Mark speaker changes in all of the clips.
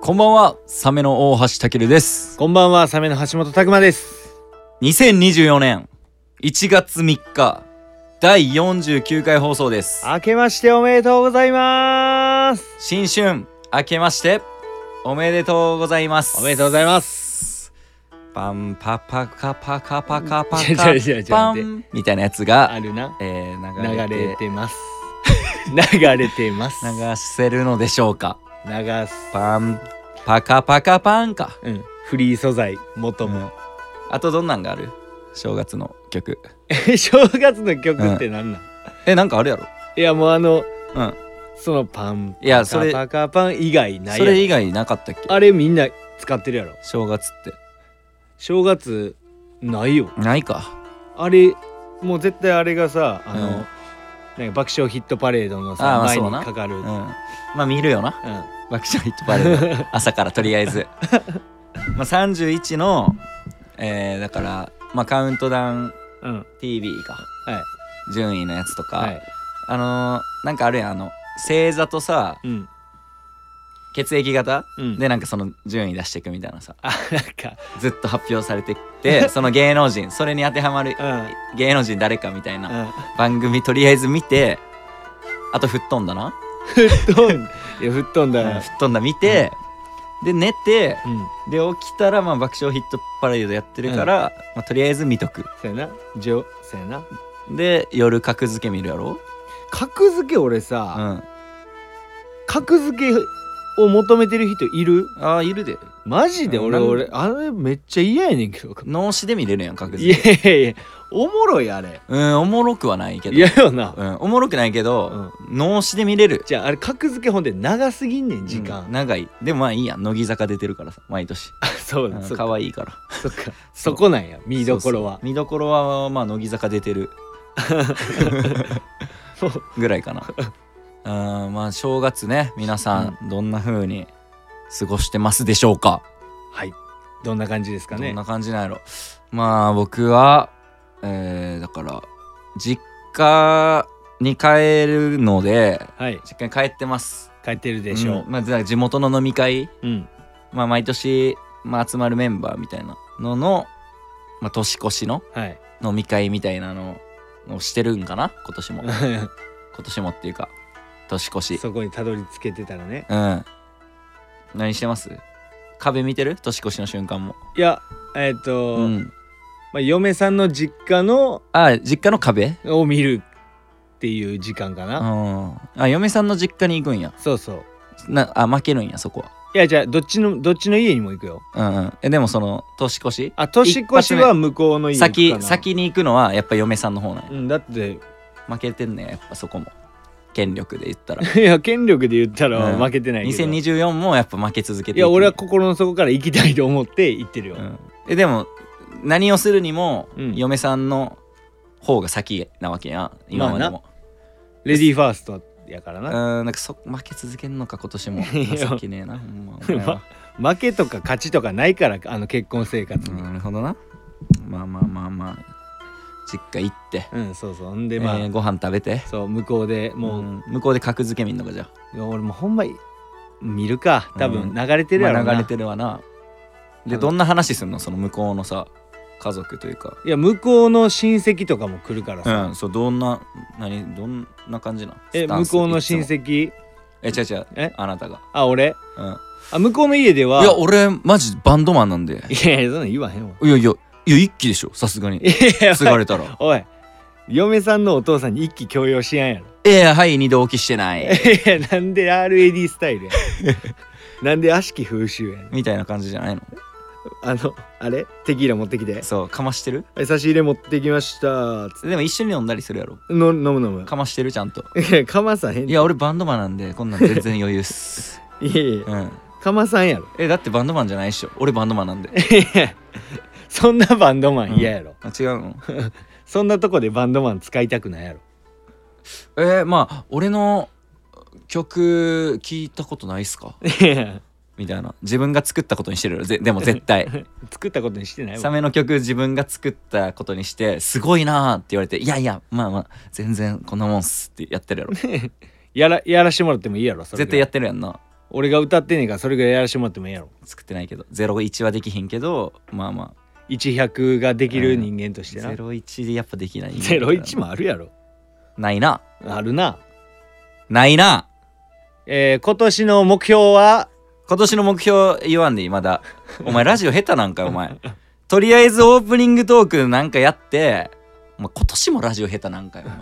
Speaker 1: こんばんは、サメの大橋健です。
Speaker 2: こんばんは、サメの橋本拓馬です。
Speaker 1: 2024年1月3日、第49回放送です。
Speaker 2: 明けましておめでとうございます。
Speaker 1: 新春、明けまして、おめでとうございます。。
Speaker 2: おめでとうございます
Speaker 1: パンパパカパカパカパ
Speaker 2: 違う
Speaker 1: カ
Speaker 2: 違う違う違う
Speaker 1: パンみたいなやつが、
Speaker 2: るな。
Speaker 1: えー、
Speaker 2: 流
Speaker 1: 流れ
Speaker 2: れ
Speaker 1: て
Speaker 2: てます。流れてます。
Speaker 1: 流せるのでしょうか。
Speaker 2: 流す。
Speaker 1: パンパカパカパンか。
Speaker 2: うん。フリー素材、元
Speaker 1: う
Speaker 2: も
Speaker 1: ん。あとどんなんがある正月の曲。
Speaker 2: 正月の曲ってなんなん、
Speaker 1: え、なんかあるやろ
Speaker 2: いや、もうあの、
Speaker 1: うん。
Speaker 2: そのパン、
Speaker 1: いやそれ
Speaker 2: パカパカパン以外ない
Speaker 1: そ
Speaker 2: やろ
Speaker 1: れ以外なかったっけ
Speaker 2: あれみんな使ってるやろ。
Speaker 1: 正月って
Speaker 2: 正月、ないよ。
Speaker 1: ないか
Speaker 2: あれ、もう絶対あれがさ、あの、
Speaker 1: うん
Speaker 2: なんか爆笑ヒットパレードの
Speaker 1: あー
Speaker 2: さ
Speaker 1: まあ
Speaker 2: 前
Speaker 1: そう
Speaker 2: に
Speaker 1: な
Speaker 2: かかる、
Speaker 1: うん
Speaker 2: うん
Speaker 1: まあ見るよな爆笑ヒットパレード 朝からとりあえずまあ31のえー、だからまあカウントダウン
Speaker 2: うん、
Speaker 1: TV か
Speaker 2: はい
Speaker 1: 順位のやつとか、
Speaker 2: はい、
Speaker 1: あのー、なんかあるやんあの星座とさ
Speaker 2: うん、
Speaker 1: 血液型、
Speaker 2: うん、
Speaker 1: でなんかその順位出していくみたいなさ
Speaker 2: あなんか、
Speaker 1: ずっと発表されて ってその芸能人それに当てはまる
Speaker 2: う、
Speaker 1: 芸能人誰かみたいなん
Speaker 2: うん、
Speaker 1: 番組とりあえず見てあと吹っ飛んだな
Speaker 2: 吹っ飛ん、いや吹っ飛んだ
Speaker 1: うん
Speaker 2: な、
Speaker 1: 吹っ飛んだ見て、で寝て
Speaker 2: うん、
Speaker 1: で起きたらまあ爆笑ヒットパレードやってるから、まあ、とりあえず見とく
Speaker 2: そうやな、じょ、そうやな。
Speaker 1: で夜格付け見るやろ
Speaker 2: 格付け俺
Speaker 1: う
Speaker 2: さ、
Speaker 1: ん
Speaker 2: 格付けを求めてる人いる？
Speaker 1: ああいるで
Speaker 2: マジで
Speaker 1: うんな
Speaker 2: 俺
Speaker 1: ん
Speaker 2: 俺あれめっちゃ嫌やねんけど。
Speaker 1: 脳死で見れるやん格
Speaker 2: い
Speaker 1: 付
Speaker 2: や
Speaker 1: け
Speaker 2: いやいや、おもろいあれ。
Speaker 1: うんおもろくはないけど
Speaker 2: 嫌よな。
Speaker 1: うん、おもろくないけど、脳死で見れる
Speaker 2: じゃああれ格付けほんで長すぎんねん時
Speaker 1: うん
Speaker 2: 間。
Speaker 1: 長いでもまあいいやん乃木坂出てるからさ毎年
Speaker 2: あ そう
Speaker 1: うん
Speaker 2: そっ
Speaker 1: 可
Speaker 2: か
Speaker 1: 愛いから
Speaker 2: そっかそこなんや見どころ
Speaker 1: そう
Speaker 2: は
Speaker 1: そう。見どころはまあ乃木坂出てる
Speaker 2: そう
Speaker 1: ぐらいかなうんまあ正月ね皆さんどんな風に過ごしてますでしょうか
Speaker 2: はい。どんな感じですか
Speaker 1: ど
Speaker 2: ね
Speaker 1: んな。感じなんやろまあ僕はえーだから実家に帰るので
Speaker 2: はい
Speaker 1: 実家に帰ってます
Speaker 2: 帰ってるでしょ
Speaker 1: んまあだから地元の飲み会、
Speaker 2: う。うん。
Speaker 1: まあ、毎年、まあ、集まるメンバーみたいなのの、まあ、年越しの
Speaker 2: はい。
Speaker 1: 飲み会みたいなのをしてるんかな今 年も今年もっていうか年越し
Speaker 2: そこにたどり着けてたらね
Speaker 1: うん。何してます壁見てる年越しの瞬間も。
Speaker 2: いやえっ、と、
Speaker 1: うん。
Speaker 2: まあ、嫁さんの実家の
Speaker 1: あ、実家の壁
Speaker 2: を見るっていう時間か
Speaker 1: う
Speaker 2: な、
Speaker 1: ん。あ、嫁さんの実家に行くんや。
Speaker 2: そうそう
Speaker 1: なあ、負けるんや、そこは。
Speaker 2: いやじゃあどっちのどっちの家にも行くよ
Speaker 1: うんうん。え、でもその、年越し
Speaker 2: あ年越しは向こうの家に行
Speaker 1: 先
Speaker 2: くかな
Speaker 1: 先に行くのはやっぱ嫁さんの方なん
Speaker 2: う
Speaker 1: や。
Speaker 2: んだって
Speaker 1: 負けてんねや、やっぱそこも。権力で言 ったら。
Speaker 2: いや権力で言ったら
Speaker 1: うん
Speaker 2: 負けてないけど、
Speaker 1: 2024もやっぱ負け続けて
Speaker 2: いや俺は
Speaker 1: こ
Speaker 2: 心の底から行きたいと思って行ってるよ、
Speaker 1: うん。え、でも、何をするにも、
Speaker 2: うん
Speaker 1: 嫁さんの方が先なわけやん。今までも。
Speaker 2: レディーファーストやからな、
Speaker 1: うん、なんかそ負け続けんのか今年も
Speaker 2: いや
Speaker 1: 情けねえなほ んまお前は
Speaker 2: 負けとか勝ちとかないからあの結婚生活
Speaker 1: う
Speaker 2: に
Speaker 1: んなるほどなまあまあまあまあ実家行って、
Speaker 2: うん、そうそうんで
Speaker 1: え
Speaker 2: まあ、
Speaker 1: ーご飯食べて
Speaker 2: そう向こうでもう、
Speaker 1: ん向こうで格付け見んのかじゃあ
Speaker 2: いや俺もうほんまい見るか多
Speaker 1: うん
Speaker 2: 分流れてるやろな、
Speaker 1: まあ流れてるわなで
Speaker 2: うん
Speaker 1: どんな話すんのその向こうのさ家族というか
Speaker 2: いや向こうの親戚とかも来るから
Speaker 1: う
Speaker 2: さ、
Speaker 1: んそうどんな何どんな感じな
Speaker 2: え
Speaker 1: スタン
Speaker 2: 向
Speaker 1: ス
Speaker 2: こうの親
Speaker 1: いつも
Speaker 2: 戚
Speaker 1: え違う違う
Speaker 2: え
Speaker 1: あなたが
Speaker 2: あ俺
Speaker 1: うん
Speaker 2: あ向こうの家ではい
Speaker 1: や俺マジバンドマンなんで
Speaker 2: いやいやそんなん言わへんわ
Speaker 1: いやいやいや一気でしょさすがに
Speaker 2: いや
Speaker 1: 継がれたら
Speaker 2: おい嫁さんのお父さんに一気強要しやんやろ
Speaker 1: ええはい二度起きしてない
Speaker 2: いやなんで RAD スタ イルやなんで悪しき風習やねん
Speaker 1: みたいな感じじゃないの
Speaker 2: あのあれテキーラ持ってきて
Speaker 1: そうかましてる
Speaker 2: はい差し入れ持ってきましたつ
Speaker 1: でも一緒に飲んだりするやろ
Speaker 2: の飲む飲む
Speaker 1: かましてるちゃんと
Speaker 2: いやかまさへん
Speaker 1: いや俺バンドマンなんでこんなん全然余裕っ す
Speaker 2: いやいや
Speaker 1: うん
Speaker 2: かまさんやろ
Speaker 1: えだってバンドマンじゃないっしょ俺バンドマンなんで
Speaker 2: そんなバンドマン嫌やろ、
Speaker 1: あ違うの
Speaker 2: そんなとこでバンドマン使いたくないやろ
Speaker 1: えー、まあ俺の曲聞いたことないっすかみたいな自分が作ったことにしてるよぜでも絶対
Speaker 2: 作ったことにしてない
Speaker 1: サ
Speaker 2: わ
Speaker 1: メの曲自分が作ったことにしてすごいなーって言われていやいやまあまあ全然こんなもんっすってやってるやろ
Speaker 2: やらやらしてもらってもいいやろそれ
Speaker 1: 絶対や
Speaker 2: っ
Speaker 1: ってるやんな
Speaker 2: 俺が歌ってんねんからそれぐらいやらしてもらってもええやろ
Speaker 1: 作ってないけど01はできへんけどまあまあ
Speaker 2: 100ができる人間としてな、
Speaker 1: 01でやっぱできない
Speaker 2: 01もあるやろ
Speaker 1: ないな
Speaker 2: あるな
Speaker 1: ないな
Speaker 2: えー、今年の目標は
Speaker 1: 今年の目標言わんでいいまだお前ラジオ下手なんかよお前とりあえずオープニングトークなんかやってお前今年もラジオ下手なんかよお前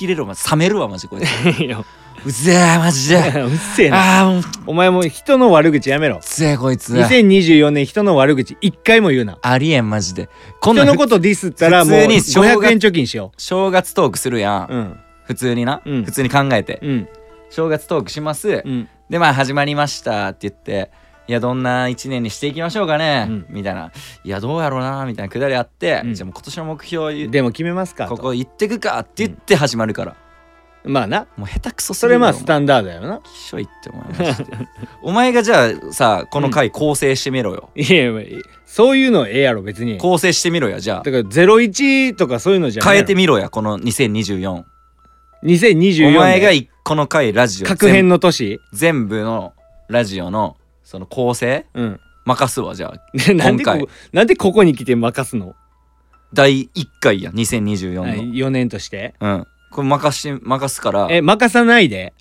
Speaker 1: 呆れるお前冷めるわマジこいつ
Speaker 2: いや
Speaker 1: うぜえマジ で
Speaker 2: うっせえ
Speaker 1: あ
Speaker 2: な
Speaker 1: あもううっ
Speaker 2: お前もう人の悪口やめろ
Speaker 1: ぜえこいつ
Speaker 2: 2024年人の悪口一回も言うな
Speaker 1: ありえんマジでこんな
Speaker 2: 人
Speaker 1: ん
Speaker 2: のことディスったらもう
Speaker 1: 普通に正
Speaker 2: 500
Speaker 1: 月
Speaker 2: 円貯金しよ
Speaker 1: 正月トークするやん、
Speaker 2: ううん
Speaker 1: 普通にな、
Speaker 2: うん
Speaker 1: 普通に考えて、
Speaker 2: うん
Speaker 1: 正月トークします、
Speaker 2: うん
Speaker 1: でまあ始まりましたって言っていやどんな1年にしていきましょうかね、
Speaker 2: うん
Speaker 1: みたいないやどうやろうなみたいなくだりあって、
Speaker 2: うん
Speaker 1: じゃあもう今年の目標言う
Speaker 2: でも決めますかと
Speaker 1: ここ行ってくかって言って始まるから、
Speaker 2: まあな
Speaker 1: もう下手くそす
Speaker 2: そ
Speaker 1: ぎるよ
Speaker 2: れまあスタンダードやろな
Speaker 1: お前きしょいって思いましてお前がじゃあさこの回構成してみろよ、
Speaker 2: いやいやそういうのええやろ別にだか
Speaker 1: 構成してみろやじゃあ
Speaker 2: ら01とかそういうのじゃない
Speaker 1: 変えてみろやこの2024
Speaker 2: 2024
Speaker 1: お
Speaker 2: 年
Speaker 1: 前がいこの回ラジオ
Speaker 2: 各編の年
Speaker 1: 全部のラジオのその構成
Speaker 2: うん
Speaker 1: 任すわじゃあ
Speaker 2: でなんでこ
Speaker 1: 今
Speaker 2: こなんでここに来て任すの
Speaker 1: 第1回や2024の、
Speaker 2: 4年として
Speaker 1: うんこれ任し任すから
Speaker 2: え任さないで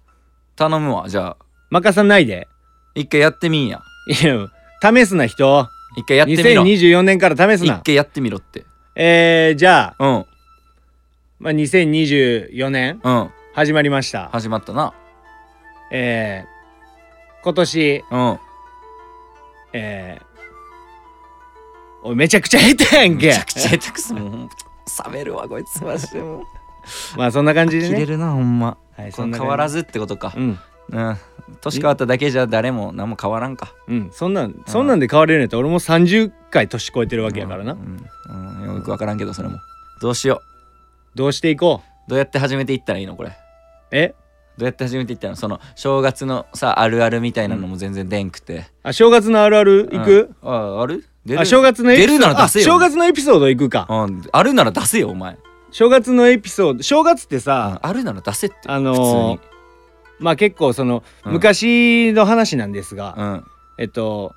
Speaker 1: 頼むわじゃあ
Speaker 2: 任さないで
Speaker 1: 一回やってみんや
Speaker 2: いや試すな人
Speaker 1: 一回やってみろ
Speaker 2: 2024年から試す
Speaker 1: 一
Speaker 2: な
Speaker 1: 回やってみろって
Speaker 2: えー、じゃあ、
Speaker 1: うん
Speaker 2: まあ、2024年
Speaker 1: うん
Speaker 2: 始まりました
Speaker 1: 始まったな
Speaker 2: えー、今年
Speaker 1: うん
Speaker 2: えーおいめちゃくちゃ下手やんけ
Speaker 1: めちゃくちゃ下手くそもう冷めるわこいつマジでもう
Speaker 2: まあそんな感じで
Speaker 1: 切れ
Speaker 2: ね、
Speaker 1: るなほんま
Speaker 2: はい、
Speaker 1: こ
Speaker 2: そん
Speaker 1: の
Speaker 2: な
Speaker 1: 変わら
Speaker 2: ず
Speaker 1: ずってことか
Speaker 2: うん
Speaker 1: うん年変わっただけじゃ誰も何も変わらんか
Speaker 2: うんそんなんそんなんで変われるんやったら俺も30回年越えてるわけやからな、
Speaker 1: うん、うんうんよくわからんけどそれもどうしよう
Speaker 2: どうしていこ
Speaker 1: どうやって始めていったらいいのこれ
Speaker 2: うえ
Speaker 1: どうやって始めていったのその正月のさあるあるみたいなのも全然でんくて、
Speaker 2: あ正月のあるある行く、
Speaker 1: うんあある出る
Speaker 2: あ正月のエピ
Speaker 1: 出
Speaker 2: ソー
Speaker 1: る
Speaker 2: ド
Speaker 1: なら出せ
Speaker 2: あ
Speaker 1: よ
Speaker 2: 正月のエピソード行くか
Speaker 1: うんあるなら出せよお前
Speaker 2: 正月のエピソード正月って
Speaker 1: あ
Speaker 2: さ、
Speaker 1: あるなら出せって
Speaker 2: あのー
Speaker 1: 普
Speaker 2: まあ結構その、
Speaker 1: うん
Speaker 2: 昔の話なんですが、
Speaker 1: 通にうん
Speaker 2: えっと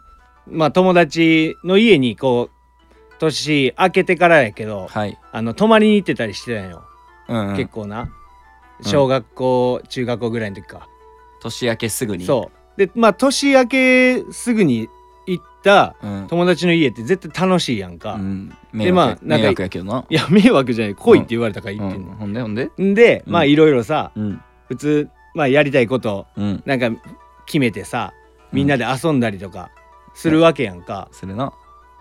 Speaker 2: まあ友達の家にこう年明けてからやけど
Speaker 1: はい
Speaker 2: あの泊まりに行ってたりしてたんよ、
Speaker 1: うんうん
Speaker 2: 結構な
Speaker 1: うん
Speaker 2: 小学校、中学校ぐらいの時か、
Speaker 1: 年明けすぐに
Speaker 2: そうでまあ年明けすぐに行った
Speaker 1: う、うん
Speaker 2: 友達の家って絶対楽しいやんか、
Speaker 1: うん、迷
Speaker 2: で
Speaker 1: 惑,、
Speaker 2: まあなんか
Speaker 1: 迷惑やけどない
Speaker 2: や迷惑じゃない来いって言われたから行って
Speaker 1: うんん
Speaker 2: の、
Speaker 1: ほんでほんで
Speaker 2: んでまあ
Speaker 1: うん
Speaker 2: いろいろさ
Speaker 1: うん
Speaker 2: 普通まあやりたいこと
Speaker 1: うん
Speaker 2: なんか決めてさみんなで遊んだりとかするわけやんか、
Speaker 1: するな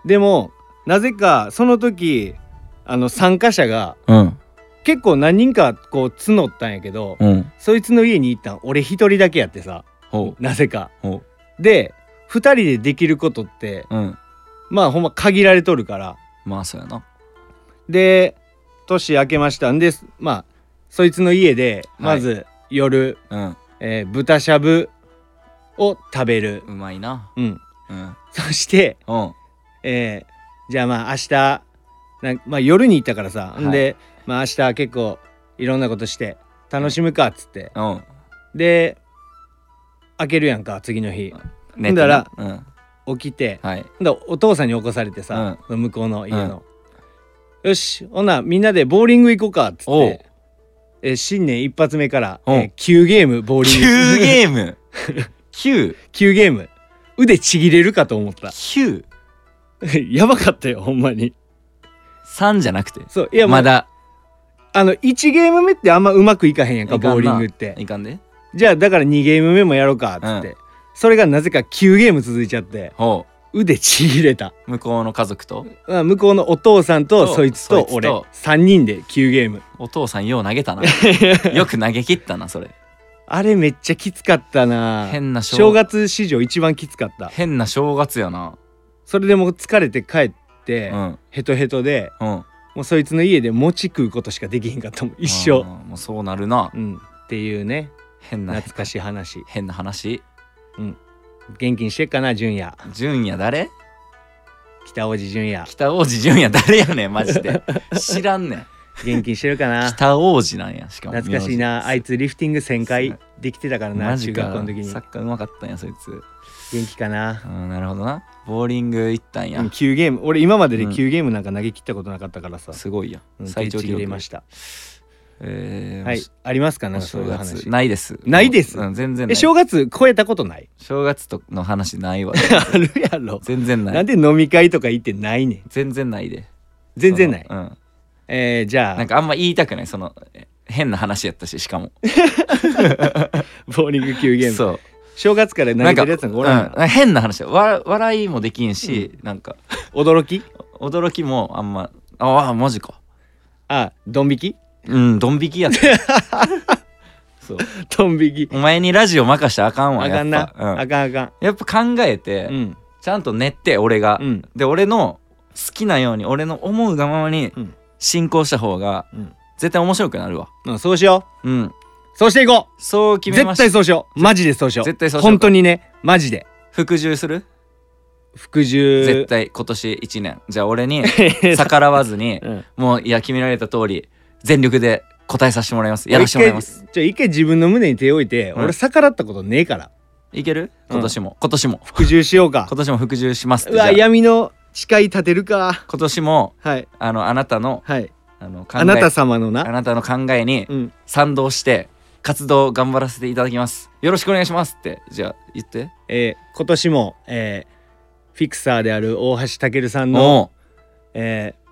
Speaker 2: でもなぜかその時あの参加者が
Speaker 1: うん
Speaker 2: 結構何人かこう募ったんやけど、
Speaker 1: うん
Speaker 2: そいつの家に行ったん俺一人だけやってさ
Speaker 1: ほ
Speaker 2: なぜか。
Speaker 1: うほ
Speaker 2: で2人でできることって
Speaker 1: ううん
Speaker 2: まあほんま限られとるから
Speaker 1: まあそうやな
Speaker 2: で年明けましたんでまあそいつの家で
Speaker 1: はい
Speaker 2: まず夜、
Speaker 1: うん
Speaker 2: えー豚しゃぶを食べる、
Speaker 1: うまいな
Speaker 2: うん、
Speaker 1: うん
Speaker 2: そして、
Speaker 1: うん
Speaker 2: えーじゃあまあ明日なんまあ、夜に行ったからさ、
Speaker 1: はい
Speaker 2: んで、まあ、明日結構いろんなことして楽しむかっつって
Speaker 1: うん
Speaker 2: で開けるやんか次の日
Speaker 1: 寝て
Speaker 2: だから
Speaker 1: うん
Speaker 2: 起きて
Speaker 1: はい
Speaker 2: ほんだらお父さんに起こされてさ、向こうの家の、よしほんならみんなでボーリング行こうかっつっ
Speaker 1: おう
Speaker 2: て、えー新年一発目から、え
Speaker 1: おう
Speaker 2: ー、9ゲームボーリング
Speaker 1: 9ゲー ム9
Speaker 2: 9ゲーム腕ちぎれるかと思っ た
Speaker 1: 9
Speaker 2: やばかったよほんまに
Speaker 1: 3じゃなくて
Speaker 2: そういやもう
Speaker 1: まだ
Speaker 2: あの1ゲーム目ってあんまうまくいかへんやんか
Speaker 1: いかんな
Speaker 2: ボーリングって
Speaker 1: いかんで
Speaker 2: じゃあだから2ゲーム目もやろうかっつって、それがなぜか9ゲーム続いちゃって
Speaker 1: ほ
Speaker 2: 腕ちぎれた
Speaker 1: う向こうの家族と
Speaker 2: まあ向こうのお父さんと
Speaker 1: そう
Speaker 2: そいつ
Speaker 1: そ
Speaker 2: と
Speaker 1: いつと
Speaker 2: 俺3人で9ゲーム
Speaker 1: お父さんよう投げたなよく投げ切ったなそれ
Speaker 2: あれめっちゃきつかったな
Speaker 1: 変な
Speaker 2: 正月史上一番きつかった
Speaker 1: 変な正月やな
Speaker 2: それでもう疲れて帰って、
Speaker 1: うん
Speaker 2: ヘトヘトで
Speaker 1: うん
Speaker 2: もうそいつの家で餅食うことしかできへんかったもん一生
Speaker 1: あーもうそうなるな
Speaker 2: うんっていうね
Speaker 1: 変な
Speaker 2: 懐かしい話
Speaker 1: 変な話
Speaker 2: 元気にしてっかな純也
Speaker 1: 純也誰
Speaker 2: 北王子純也
Speaker 1: 北王子純也誰やねんマジで知 らんねん
Speaker 2: 元気にしてるかな
Speaker 1: 北王子なんやしかも
Speaker 2: 懐かしいなあい
Speaker 1: つ
Speaker 2: つリフティング1000回できてたからな
Speaker 1: マ
Speaker 2: 中
Speaker 1: ジ
Speaker 2: 学校
Speaker 1: か
Speaker 2: の時に
Speaker 1: サッカーうまかったんやそいつ
Speaker 2: 元気かな
Speaker 1: うんなるほどなボーリング行ったんや、
Speaker 2: うん9ゲーム俺今までで
Speaker 1: うん
Speaker 2: 9ゲームなんか投げ切ったことなかったからさ、
Speaker 1: すごいや、
Speaker 2: うん、
Speaker 1: 最長記
Speaker 2: 手ちぎ
Speaker 1: 録
Speaker 2: れました
Speaker 1: えー、
Speaker 2: はいありますか
Speaker 1: お
Speaker 2: なそういう
Speaker 1: 正月
Speaker 2: 話
Speaker 1: ないです
Speaker 2: ないです
Speaker 1: うん、全然な
Speaker 2: え
Speaker 1: い
Speaker 2: 正月超えたこと ない
Speaker 1: 正月との話ないわ
Speaker 2: あるやろ
Speaker 1: 全然な
Speaker 2: ないんで飲み会とか行ってないねん
Speaker 1: 全然ないで
Speaker 2: 全然ない
Speaker 1: そのうん
Speaker 2: えーじゃあ
Speaker 1: なんかあんま言いたくないそのえ変な話やったししかも
Speaker 2: ボーリング9ゲーム
Speaker 1: そう
Speaker 2: 正月から投
Speaker 1: な
Speaker 2: げ
Speaker 1: んか
Speaker 2: てるやつなんかお
Speaker 1: うん
Speaker 2: らん
Speaker 1: なんか変な話だわ笑いもできんし、なんか
Speaker 2: 驚き
Speaker 1: 驚きもあんまああマジか
Speaker 2: あドン 引き
Speaker 1: うんドン引きやった そう
Speaker 2: ドン引き
Speaker 1: お前にラジオ任したらあかんわ
Speaker 2: あかんな
Speaker 1: やっぱ,、うん
Speaker 2: あかんあか
Speaker 1: やっぱ考えて、
Speaker 2: んうん
Speaker 1: ちゃんと練って俺が、
Speaker 2: うん
Speaker 1: で俺の好きなように俺の思うがままに
Speaker 2: うん
Speaker 1: 進行した方が
Speaker 2: うん
Speaker 1: 絶対面白くなるわ
Speaker 2: うんそうしよ
Speaker 1: うん
Speaker 2: うそうしていこう
Speaker 1: そう決めま
Speaker 2: 絶
Speaker 1: した
Speaker 2: 対そうしようマジでそうしよう
Speaker 1: 絶対そうしよう
Speaker 2: 本当にねマジで
Speaker 1: 服従する
Speaker 2: 服従
Speaker 1: 絶対今年1年じゃあ俺 に
Speaker 2: 対
Speaker 1: 逆らわずに
Speaker 2: うん
Speaker 1: もういや決められた通り全力で答えさせてもらいますやらせてもらいます
Speaker 2: 一回じゃあ一回自分の胸に手を置いて、
Speaker 1: うん
Speaker 2: 俺逆らったことねえから
Speaker 1: いける
Speaker 2: うん
Speaker 1: 今年も、今年も
Speaker 2: 服従しようか
Speaker 1: 今年も服従しますっ
Speaker 2: う
Speaker 1: てじゃあ
Speaker 2: わ闇の誓い立てるか
Speaker 1: 今年も
Speaker 2: はい
Speaker 1: あのあなたの
Speaker 2: はい
Speaker 1: あの考え
Speaker 2: あなた様の
Speaker 1: あ
Speaker 2: な
Speaker 1: なたの考えに
Speaker 2: うん
Speaker 1: 賛同して活動頑張らせていただきますよろしくお願いしますってじゃあ言って
Speaker 2: えー今年もえーフィクサーである大橋健さん
Speaker 1: お
Speaker 2: のえー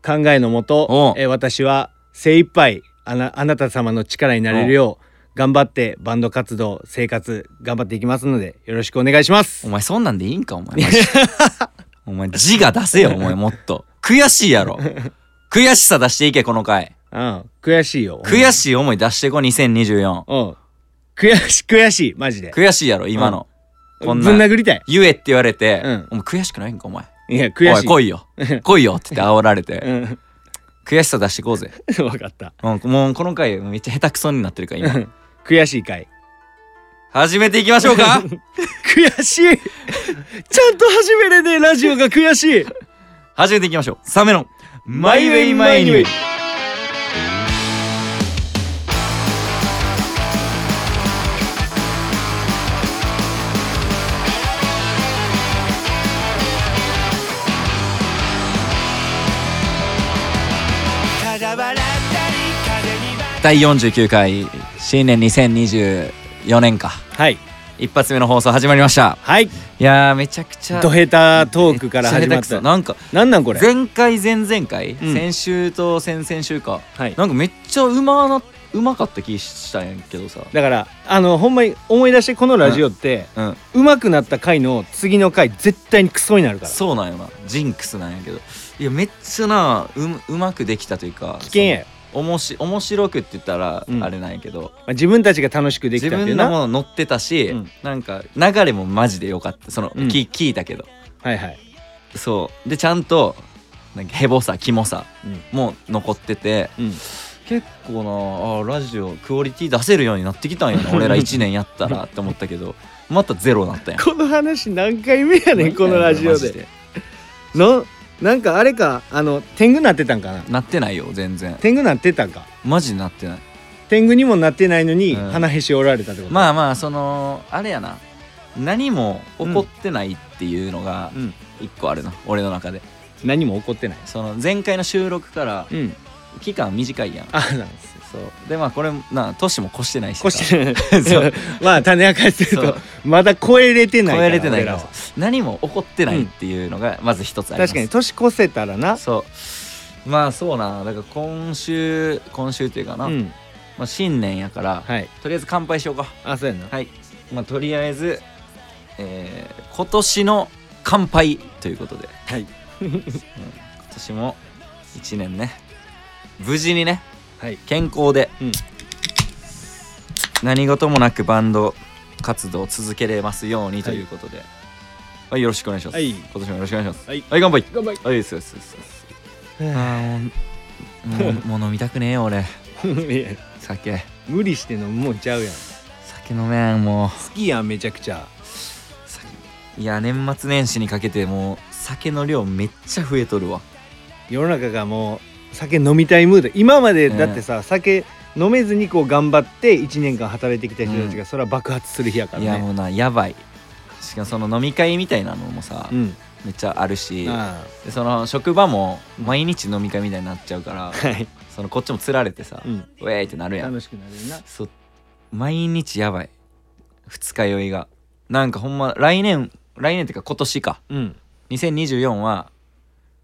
Speaker 2: 考えのもと
Speaker 1: お、
Speaker 2: えー私は精一杯あなあなた様の力になれるよう頑張ってバンド活動生活頑張っていきますのでよろしくお願いしま
Speaker 1: お
Speaker 2: す
Speaker 1: 前そんなんでいいんかお前マ ジでお前字が出せよお前もっと悔しいやろ悔しさ出していけこの回
Speaker 2: うん悔しいよ
Speaker 1: 悔しい思い出してこ2024
Speaker 2: うん悔し悔しいマジで
Speaker 1: 悔しいやろ今の、
Speaker 2: ぶ
Speaker 1: こん
Speaker 2: ん
Speaker 1: な
Speaker 2: 殴りたい
Speaker 1: 言えって言われて、
Speaker 2: うん
Speaker 1: お前悔しくないんかお前
Speaker 2: いや悔しい
Speaker 1: おい来いよ来いよって言って煽られて、
Speaker 2: うん
Speaker 1: 悔しさ出してこうぜ
Speaker 2: 分かった
Speaker 1: もうもうこの回めっちゃ下手くそになってるから今
Speaker 2: 悔しいかい
Speaker 1: 始めていきましょう か
Speaker 2: 悔しいちゃんと始めれねえラジオが悔しい
Speaker 1: 始めていきましょうサメのマイウェイマイニュー第49回新年2024年か
Speaker 2: はい
Speaker 1: 一発目の放送始まりました
Speaker 2: はい
Speaker 1: いやーめちゃくちゃ
Speaker 2: ドヘタトークから始ま
Speaker 1: めちゃ下
Speaker 2: っ
Speaker 1: 手くそ
Speaker 2: た
Speaker 1: なんか
Speaker 2: なんなんこれ
Speaker 1: 前回前々回、
Speaker 2: うん
Speaker 1: 先週と先々週か
Speaker 2: はい
Speaker 1: なんかめっちゃうまなうまかった気したんやけどさ
Speaker 2: だからあのほんまに思い出してこのラジオって、
Speaker 1: うん
Speaker 2: うまくなった回の次の回絶対にクソになるから
Speaker 1: そうなんよなジンクスなんやけどいやめっちゃなううまくできたというか
Speaker 2: 危険やよ、
Speaker 1: そのおもし面白くって言ったら
Speaker 2: うん
Speaker 1: あれなんやけど、
Speaker 2: まあ、自分たちが楽しくでき
Speaker 1: 自
Speaker 2: たって
Speaker 1: 分
Speaker 2: いう
Speaker 1: の
Speaker 2: な
Speaker 1: もの乗ってたし、
Speaker 2: うん
Speaker 1: なんか流れもマジでよかったその、
Speaker 2: うん
Speaker 1: き聞いたけど
Speaker 2: はいはい、
Speaker 1: そうでちゃんとなんかヘボさキモさ
Speaker 2: うん
Speaker 1: も残ってて
Speaker 2: うん、
Speaker 1: 結構なあーラジオクオリティ出せるようになってきたんや な俺ら1年やったらって思ったけどまたゼロになったやん
Speaker 2: この話何回目やねんこのラジオ
Speaker 1: マジ
Speaker 2: でのなんかあれかあの天狗なってたんかな
Speaker 1: なってないよ全然
Speaker 2: 天狗なってたんか
Speaker 1: マジでなってない
Speaker 2: 天狗にもなってないのに
Speaker 1: うん
Speaker 2: 鼻へし折られたってこと、
Speaker 1: ま
Speaker 2: あ
Speaker 1: あまあそのあれやな何も起こってないっていうのが
Speaker 2: うん、
Speaker 1: 一個あるな、俺の中で
Speaker 2: 何も起こってない
Speaker 1: その前回の収録から
Speaker 2: うん
Speaker 1: 期間短いやん
Speaker 2: あなんです
Speaker 1: そうでまあこれな年も越してないし
Speaker 2: 腰して ない
Speaker 1: そう
Speaker 2: まあ種明かしす
Speaker 1: そ
Speaker 2: ると
Speaker 1: う
Speaker 2: まだ超えれてない
Speaker 1: 超
Speaker 2: から
Speaker 1: えれてないから
Speaker 2: 俺らは
Speaker 1: 何も起こってないっていうのがまず一つあります、
Speaker 2: 確かに年越せたらな
Speaker 1: そうまあそうなだから今週今週っていうかな、
Speaker 2: うん
Speaker 1: まあ、新年やから、
Speaker 2: はい
Speaker 1: とりあえず乾杯しようか
Speaker 2: あそうやな
Speaker 1: はいまあとりあえず、えー今年の乾杯ということで
Speaker 2: はい
Speaker 1: 今年も1年ね無事にね
Speaker 2: はい
Speaker 1: 健康で、
Speaker 2: うん
Speaker 1: 何事もなくバンド活動を続けれますようにということで、はいよろしくお願いします、
Speaker 2: はい
Speaker 1: 今年もよろしくお願いします
Speaker 2: はい
Speaker 1: 乾杯
Speaker 2: 頑張
Speaker 1: はいですですですですあーもうもうもう飲みたくねえよ俺
Speaker 2: れいや
Speaker 1: 酒
Speaker 2: 無理して飲むもんちゃうやん
Speaker 1: 酒飲めんもう
Speaker 2: 好きやんめちゃくちゃ
Speaker 1: 酒いや年末年始にかけてもう酒の量めっちゃ増えとるわ
Speaker 2: 世の中がもう酒飲みたいムード今までだってさ、酒飲めずにこう頑張って1年間働いてきた人たちが、それは爆発する日やから
Speaker 1: いや
Speaker 2: ね
Speaker 1: もうなやばいしかもその飲み会みたいなのもさ、
Speaker 2: うん
Speaker 1: めっちゃあるし
Speaker 2: あ
Speaker 1: でその職場も毎日飲み会みたいになっちゃうから
Speaker 2: あはい、
Speaker 1: そのこっちもつられてさ、
Speaker 2: うん、
Speaker 1: ウェーイってなるやん
Speaker 2: 楽しくなるな
Speaker 1: そう毎日やばい二日酔いがなんかほんま来年来年ってか今年か
Speaker 2: うん
Speaker 1: 2024は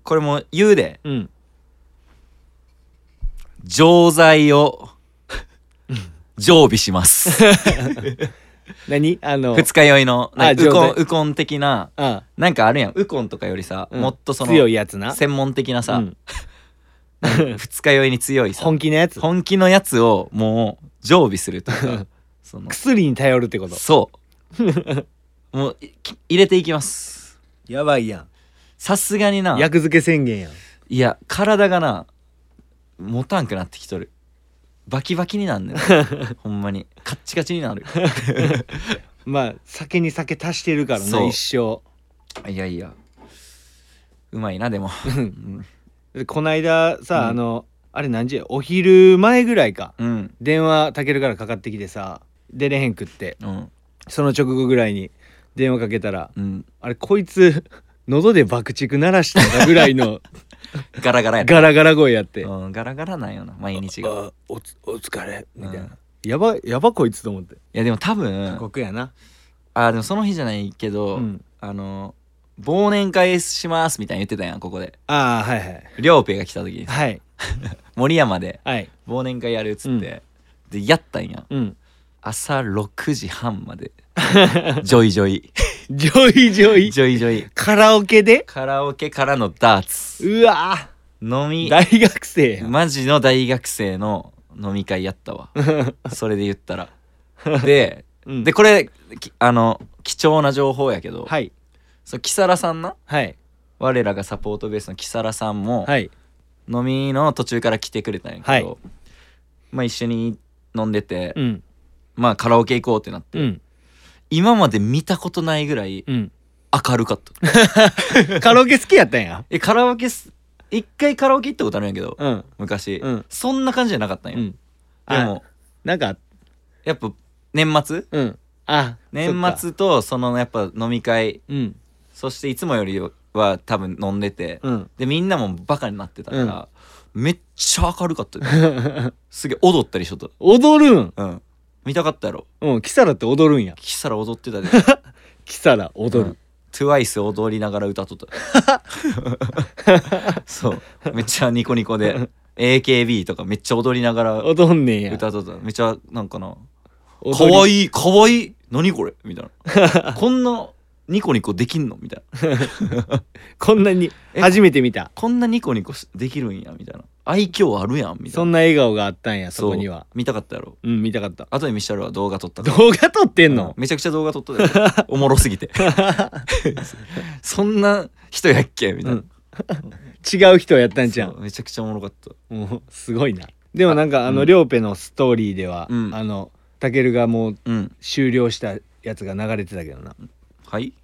Speaker 1: これも言うで
Speaker 2: うん
Speaker 1: 錠剤 を常備します
Speaker 2: 何あの
Speaker 1: 二日酔いの
Speaker 2: あ
Speaker 1: なんかウ
Speaker 2: 錠
Speaker 1: コン
Speaker 2: 剤
Speaker 1: ウコン的な
Speaker 2: あ
Speaker 1: なんかあるやんウコンとかよりさ、
Speaker 2: うん
Speaker 1: もっとその
Speaker 2: 強いやつな
Speaker 1: 専門的なさ、
Speaker 2: うん
Speaker 1: 二日酔いに強いさ
Speaker 2: 本気のやつ
Speaker 1: 本気のやつをもう常備すると かその
Speaker 2: 薬に頼るってこと
Speaker 1: そうもう いき入れていきます
Speaker 2: やばいやん
Speaker 1: さすがにな
Speaker 2: 薬漬け宣言やん
Speaker 1: いや体がな持たんくなってきとるバキバキに なんねんほんまにカッチカチになる
Speaker 2: まあ酒に酒足してるからな
Speaker 1: そう
Speaker 2: 一
Speaker 1: いやいやうまいなでも、うん
Speaker 2: 生でこないだ
Speaker 1: う
Speaker 2: さ、
Speaker 1: ん
Speaker 2: あのあれ何時お昼前ぐらいか
Speaker 1: うん
Speaker 2: 電話たけるからかかってきてさ出れへんくって
Speaker 1: うん
Speaker 2: その直後ぐらいに電話かけたら
Speaker 1: うん
Speaker 2: あれこいつ 喉で爆竹鳴らしたんだぐらい の
Speaker 1: ガラガラや
Speaker 2: ガラガラ声やって
Speaker 1: うんガラガラなんよな毎日が
Speaker 2: あおつお疲れみたいな、
Speaker 1: うん
Speaker 2: やばやばこいつと思って
Speaker 1: いやでも多分
Speaker 2: 酷やな
Speaker 1: あでもその日じゃないけど、
Speaker 2: うん
Speaker 1: あの忘年会しますみたいに言ってたやんここで
Speaker 2: ああはいはい
Speaker 1: りょうぺいが来た時に
Speaker 2: はい
Speaker 1: 森山で
Speaker 2: はい
Speaker 1: 忘年会やるっつって、でやったんや
Speaker 2: うん
Speaker 1: 朝6時半 までジョイジョイ
Speaker 2: ジョイジョイ
Speaker 1: ジョイジョイ
Speaker 2: カラオケで
Speaker 1: カラオケからのダーツ
Speaker 2: うわー
Speaker 1: 飲み
Speaker 2: 大学生やん
Speaker 1: マジの大学生の飲み会やった わそれで言ったらで
Speaker 2: うん
Speaker 1: でこれきあの貴重な情報やけど、
Speaker 2: はい
Speaker 1: そう木更さんな
Speaker 2: はい
Speaker 1: 我らがサポートベースの木更さんも、
Speaker 2: はい
Speaker 1: 飲みの途中から来てくれたんやけど、
Speaker 2: はい
Speaker 1: まあ一緒に飲んでて、
Speaker 2: うん
Speaker 1: まあカラオケ行こうってなって、
Speaker 2: うん
Speaker 1: 今まで見たことないぐらい
Speaker 2: うん
Speaker 1: 明るかった
Speaker 2: カラオケ好きやったんや
Speaker 1: えカラオケす一回カラオケ行ったことあるんやけど
Speaker 2: うん
Speaker 1: 昔、
Speaker 2: うん
Speaker 1: そんな感じじゃなかったん
Speaker 2: う
Speaker 1: や、
Speaker 2: ん
Speaker 1: で
Speaker 2: あ
Speaker 1: も
Speaker 2: なんか
Speaker 1: やっぱ年末
Speaker 2: うんあ
Speaker 1: 年
Speaker 2: そっか
Speaker 1: 末とそのやっぱ飲み会
Speaker 2: うん
Speaker 1: そしていつもよりは多分飲んでて、
Speaker 2: うん
Speaker 1: でみんなもバカになってたから、めっちゃ明るかったよすげえ踊ったりしとっ
Speaker 2: 踊るん
Speaker 1: たうん見たかったやろ
Speaker 2: うんキサラって踊るんや
Speaker 1: キサラ踊ってたで
Speaker 2: キサラ踊 る
Speaker 1: トゥワイス踊りながら歌っとったそうめっちゃニコニコで AKB とかめっちゃ踊りながら
Speaker 2: 踊んねんや
Speaker 1: 歌っとっためっちゃなんかな「か
Speaker 2: 踊り
Speaker 1: わいいかわいい何これ」みたいな こんなニコニコできんのみたいな
Speaker 2: こんなに
Speaker 1: え
Speaker 2: 初めて見た
Speaker 1: こんなニコニコしできるんやみたいな愛嬌あるやんみた
Speaker 2: そ
Speaker 1: いなん
Speaker 2: な笑顔があったんや
Speaker 1: そう
Speaker 2: そこには
Speaker 1: 見たかったやろ
Speaker 2: うん見たかった
Speaker 1: 後で見したるは動画撮ったから
Speaker 2: 動画撮ってんの
Speaker 1: うんめちゃくちゃ動画撮ったでおもろすぎ てそんな人やっけみたいな、
Speaker 2: 違う人やったんじゃ
Speaker 1: そ
Speaker 2: ん
Speaker 1: うめちゃくちゃおもろかった
Speaker 2: もうすごいなでもなんかあ
Speaker 1: う
Speaker 2: の
Speaker 1: ん
Speaker 2: 両ペのストーリーでは
Speaker 1: うん
Speaker 2: あのタケルがもう
Speaker 1: うん
Speaker 2: 終了したやつが流れてたけどな
Speaker 1: はい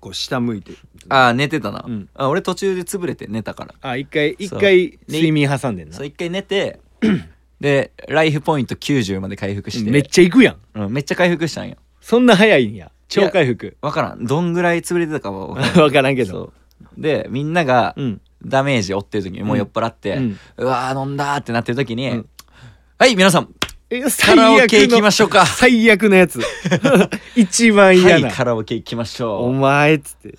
Speaker 2: こう下向いて
Speaker 1: ああ寝てたな、
Speaker 2: うん
Speaker 1: あ俺途中で潰れて寝たから
Speaker 2: あ一回一
Speaker 1: そう
Speaker 2: 回
Speaker 1: で
Speaker 2: 睡眠挟んでんな
Speaker 1: そう一回寝て でライフポイント90まで回復して
Speaker 2: めっちゃ行くやん
Speaker 1: うん、めっちゃ回復したんよ
Speaker 2: そんな早いんや超回復
Speaker 1: わからんどんぐらい潰れてたかは分からん
Speaker 2: 分からんけど
Speaker 1: そうでみんなが
Speaker 2: うん
Speaker 1: ダメージ負ってる時にもう酔っ払って、う
Speaker 2: うん
Speaker 1: わー飲んだーってなってる時に、
Speaker 2: うん
Speaker 1: はい皆さん
Speaker 2: え
Speaker 1: カ
Speaker 2: 最
Speaker 1: ラオケ行
Speaker 2: 悪
Speaker 1: きま
Speaker 2: の
Speaker 1: しょうか
Speaker 2: 最悪の やつ一番
Speaker 1: は
Speaker 2: 嫌
Speaker 1: い
Speaker 2: な
Speaker 1: カラオケ行きまし
Speaker 2: お
Speaker 1: ょう
Speaker 2: 前っつって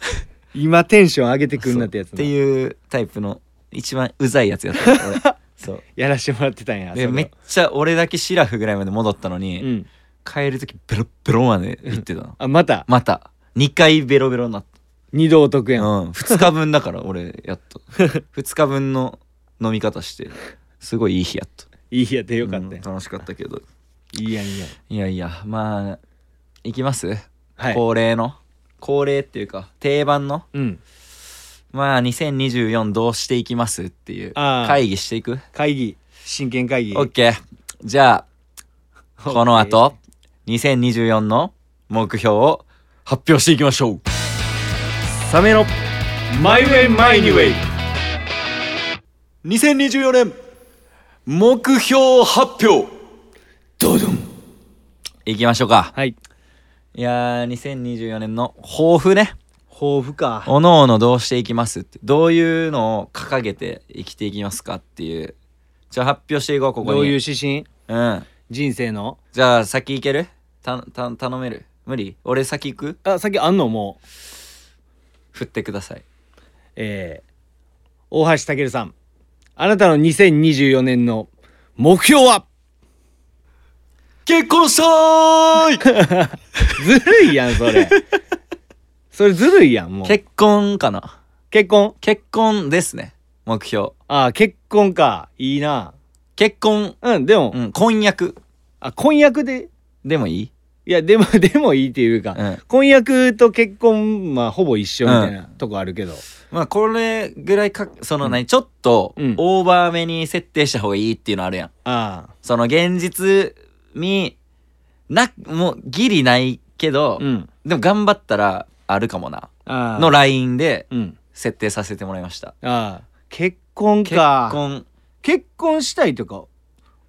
Speaker 2: 今テンション上げてくんなってやつ
Speaker 1: そう
Speaker 2: な
Speaker 1: っていうタイプの一番うざいやつやったから 俺そう
Speaker 2: やらしてもらってたんや
Speaker 1: で
Speaker 2: それ
Speaker 1: めっちゃ俺だけシラフぐらいまで戻ったのに、
Speaker 2: うん
Speaker 1: 帰る時ベロッベロまで行ってたの
Speaker 2: あまた
Speaker 1: また2回ベロベロになっ
Speaker 2: 二度お得
Speaker 1: た、
Speaker 2: やん、
Speaker 1: うん、2日分だから俺やっ と2日分の飲み方してすごいいい日やっと
Speaker 2: いいやでよかった
Speaker 1: うん
Speaker 2: や、
Speaker 1: 楽しかったけど
Speaker 2: いいやんいいやん
Speaker 1: いやいやまあ行きます、
Speaker 2: はい
Speaker 1: 恒例の恒例っていうか定番の
Speaker 2: うん
Speaker 1: まあ2024どうしていきますっていう
Speaker 2: あー
Speaker 1: 会議していく
Speaker 2: 会議真剣会議
Speaker 1: OK じゃあ
Speaker 2: OK
Speaker 1: この後2024の目標を発表していきましょう
Speaker 2: サメのマイウェイマイニウェイ
Speaker 1: 2024年
Speaker 3: 目標発表ドドン
Speaker 1: いきましょうか
Speaker 2: はい
Speaker 1: いやー2024年の抱負ね
Speaker 2: 抱負か
Speaker 1: おのおのどうしていきますってどういうのを掲げて生きていきますかっていうじゃあ発表していこうここに
Speaker 2: どういう指針
Speaker 1: うん
Speaker 2: 人生の
Speaker 1: じゃあ先行けるたた頼める無理俺先行く
Speaker 2: あさっきあんのもう
Speaker 1: 振ってください
Speaker 2: えー、大橋健さんあなたの2024年の目標は
Speaker 3: 結婚したーい
Speaker 2: ずるいやんそ れそれずるいやんも う
Speaker 1: 結婚かな
Speaker 2: 結婚
Speaker 1: 結婚ですね目標
Speaker 2: ああ結婚かいいな
Speaker 1: 結婚
Speaker 2: うんでも、
Speaker 1: うん婚約
Speaker 2: あ婚約で
Speaker 1: でもいい
Speaker 2: いやでもでもいいっていうか、
Speaker 1: うん
Speaker 2: 婚約と結婚まあほぼ一緒みたいなとこあるけど、
Speaker 1: まあこれぐらいかその何、ちょっと
Speaker 2: うん
Speaker 1: オーバーめに設定した方がいいっていうのあるやん
Speaker 2: ああ
Speaker 1: その現実になもうギリないけど、
Speaker 2: うん
Speaker 1: でも頑張ったらあるかもな
Speaker 2: ああ
Speaker 1: のラインで
Speaker 2: うん
Speaker 1: 設定させてもらいました
Speaker 2: ああ結婚
Speaker 1: 結
Speaker 2: か
Speaker 1: 婚
Speaker 2: 結婚したいとか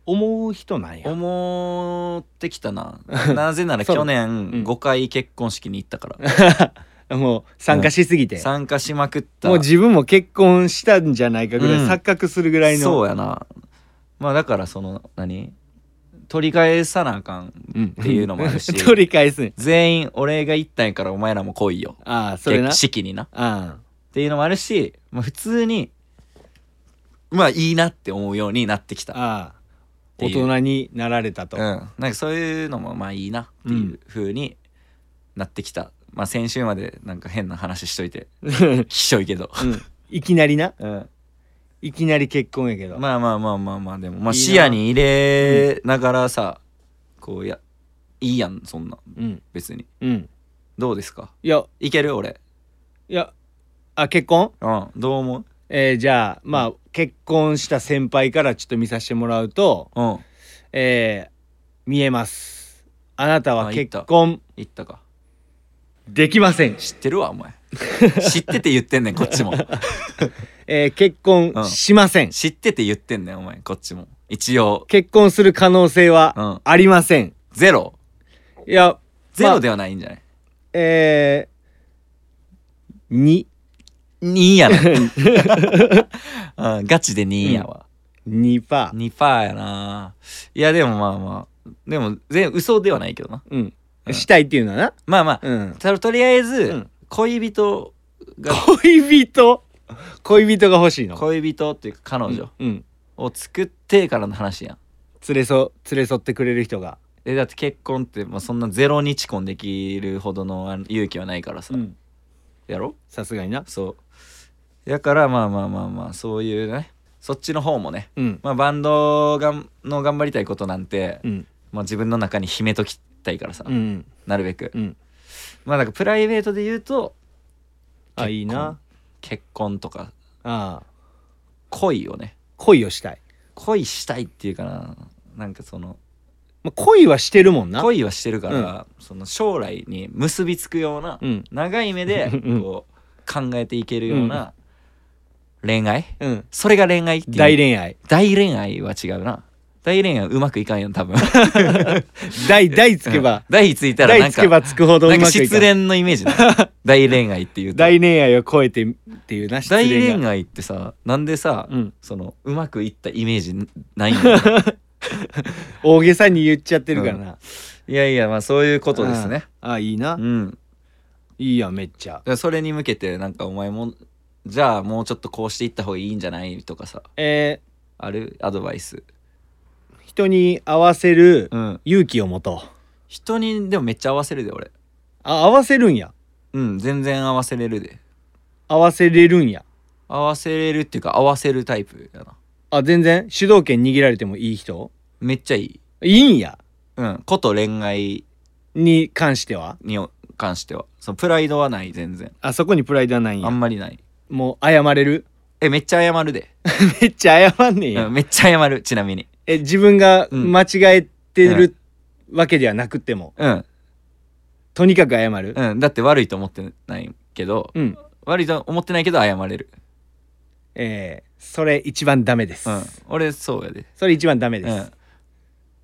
Speaker 2: 思う人なんや
Speaker 1: 思ってきたななぜなら
Speaker 2: そう
Speaker 1: 去
Speaker 2: うん
Speaker 1: 年5回結婚式に行ったから、
Speaker 2: もう参加しすぎて、
Speaker 1: 参加しまくった
Speaker 2: もう自分も結婚したんじゃないかぐらい、
Speaker 1: うん
Speaker 2: 錯覚するぐらいの
Speaker 1: そうやなまあだからその何取り返さなあかん
Speaker 2: うん
Speaker 1: っていうのもあるし
Speaker 2: 取り返すん
Speaker 1: 全員俺が行ったんやからお前らも来いよ
Speaker 2: ああそれな
Speaker 1: 結式になっ
Speaker 2: あ
Speaker 1: ていうのもあるし、まあ、普通にまあいいなって思うようになってき
Speaker 2: あ
Speaker 1: た
Speaker 2: ああ
Speaker 1: て
Speaker 2: 大
Speaker 1: いう
Speaker 2: 人になられたと、
Speaker 1: うんなんかそういうのもまあいいなっていう風になってきた、まあ先週までなんか変な話しといてひ しょいけど、
Speaker 2: うんいきなりな
Speaker 1: うん、
Speaker 2: いきなり結婚やけど、
Speaker 1: まあまあまあまあまあでも、まあ、
Speaker 2: いいな
Speaker 1: 視野に入れながらさ、こうやいいやんそんな
Speaker 2: うん
Speaker 1: 別に
Speaker 2: うん
Speaker 1: どうですか
Speaker 2: いや
Speaker 1: いける俺
Speaker 2: いやあ結婚
Speaker 1: うんどう思う
Speaker 2: えーじゃあまあ結婚した先輩からちょっと見させてもらうと
Speaker 1: うん
Speaker 2: えー見えますあなたは
Speaker 1: あ言った
Speaker 2: 結婚
Speaker 1: 言ったか
Speaker 2: できません、
Speaker 1: 知ってるわお前知ってて言ってんねんこっちも
Speaker 2: えー結婚
Speaker 1: うん
Speaker 2: しません、
Speaker 1: 知ってて言ってんねんお前こっちも一応
Speaker 2: 結婚する可能性
Speaker 1: う
Speaker 2: は
Speaker 1: ん
Speaker 2: ありません、
Speaker 1: ゼロ
Speaker 2: いや
Speaker 1: ゼロ
Speaker 2: まあ
Speaker 1: ではないんじゃない、
Speaker 2: えー、に
Speaker 1: 2やな、うん、ガチで2やわ、
Speaker 2: 2パー
Speaker 1: 2パーやないやでもまあまあでも全嘘ではないけどな
Speaker 2: うんしたいっていうのはな、
Speaker 1: まあまあ、
Speaker 2: うん、
Speaker 1: たとりあえず、
Speaker 2: ん
Speaker 1: 恋人が
Speaker 2: 恋人恋人が欲しいの
Speaker 1: 恋人っていうか彼女
Speaker 2: うん、うん
Speaker 1: を作ってからの話やん
Speaker 2: 連れそ連れ添ってくれる人が、
Speaker 1: えだって結婚って、まあ、そんなゼロ日婚できるほどのあの勇気はないからさ、
Speaker 2: うん
Speaker 1: やろ
Speaker 2: さすがにな
Speaker 1: そうやからまあまあまあまあそういうねそっちの方もね、
Speaker 2: うん
Speaker 1: まあ、バンドがんの頑張りたいことなんて、
Speaker 2: うん
Speaker 1: まあ、自分の中に秘めときたいからさ、
Speaker 2: うん
Speaker 1: なるべく、
Speaker 2: うん
Speaker 1: まあなんかプライベートで言うと
Speaker 2: あいいな
Speaker 1: 結婚とか
Speaker 2: ああ
Speaker 1: 恋をね
Speaker 2: 恋をしたい、
Speaker 1: 恋したいっていうかななんかその
Speaker 2: まあ、恋はしてるもんな
Speaker 1: 恋はしてるから、その将来に結びつくような、
Speaker 2: うん
Speaker 1: 長い目で
Speaker 2: うん
Speaker 1: こう考えていけるような恋愛、
Speaker 2: うん
Speaker 1: それが恋愛っていう
Speaker 2: 大恋愛
Speaker 1: 大恋愛は違うな大恋愛はうまくいかんよ多分
Speaker 2: 大大つけば
Speaker 1: 大ついたらな
Speaker 2: 大
Speaker 1: ん
Speaker 2: つけ
Speaker 1: か
Speaker 2: ばつくほどう
Speaker 1: なんか
Speaker 2: まくい
Speaker 1: 失
Speaker 2: かん
Speaker 1: 恋のイメージ だ大恋愛っていうと
Speaker 2: 大恋愛を超えてっていうな失
Speaker 1: 大
Speaker 2: 恋が
Speaker 1: 恋愛ってさなんでさ、
Speaker 2: うん
Speaker 1: そのうまくいったイメージないん だろう
Speaker 2: 大げさに言っちゃってるからな、
Speaker 1: いやいやまあそういうことですね
Speaker 2: ああいいな、
Speaker 1: うんだか
Speaker 2: いいやんめっちゃ
Speaker 1: らそれに向けてなんかお前もじゃあもうちょっとこうしていった方がいいんじゃないとかさ
Speaker 2: え
Speaker 1: あるアドバイス
Speaker 2: ー人に合わせる
Speaker 1: うん
Speaker 2: 勇気を持とう
Speaker 1: 人にでもめっちゃ合わせるで俺
Speaker 2: あ合わせるんや
Speaker 1: うん全然合わせれるで
Speaker 2: 合わせれるんや
Speaker 1: 合わせれるっていうか合わせるタイプだな
Speaker 2: あ全然主導権握られてもいい人
Speaker 1: めっちゃいい
Speaker 2: いいんや
Speaker 1: うんこと恋愛
Speaker 2: に関しては
Speaker 1: に関してはそのプライドはない全然
Speaker 2: あそこにプライドはないん
Speaker 1: あ
Speaker 2: や
Speaker 1: んまりない
Speaker 2: もう謝れる
Speaker 1: えめっちゃ謝るで、
Speaker 2: めっちゃ謝んねんや、
Speaker 1: うん、めっちゃ謝るちなみに
Speaker 2: え自分が
Speaker 1: うん
Speaker 2: 間違えてる、わけではなくても
Speaker 1: うん、
Speaker 2: とにかく謝る
Speaker 1: うん、だって悪いと思ってないけど
Speaker 2: うん、
Speaker 1: 悪いと思ってないけど謝れる
Speaker 2: えーそれ一番ダメです、
Speaker 1: うん、俺そうやで、
Speaker 2: それ一番ダメで
Speaker 1: う
Speaker 2: す、
Speaker 1: ん、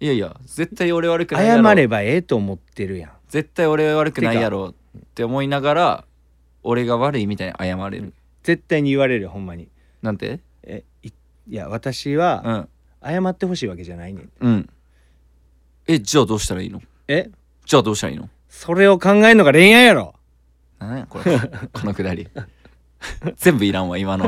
Speaker 1: いやいや絶対俺悪くないやろ
Speaker 2: 謝ればええと思ってるやん
Speaker 1: 絶対俺悪くないやろって思いながら俺が悪いみたいに謝れる、
Speaker 2: 絶対に言われるほんまに
Speaker 1: なんて
Speaker 2: えいいや私
Speaker 1: う
Speaker 2: は
Speaker 1: ん
Speaker 2: 謝ってほしいわけじゃないねん
Speaker 1: うんえじゃあどうしたらいいの
Speaker 2: え
Speaker 1: じゃあどうしたらいいの
Speaker 2: それを考えるのが恋愛やろ
Speaker 1: なんやこれ このくだり全部いらんわ今 の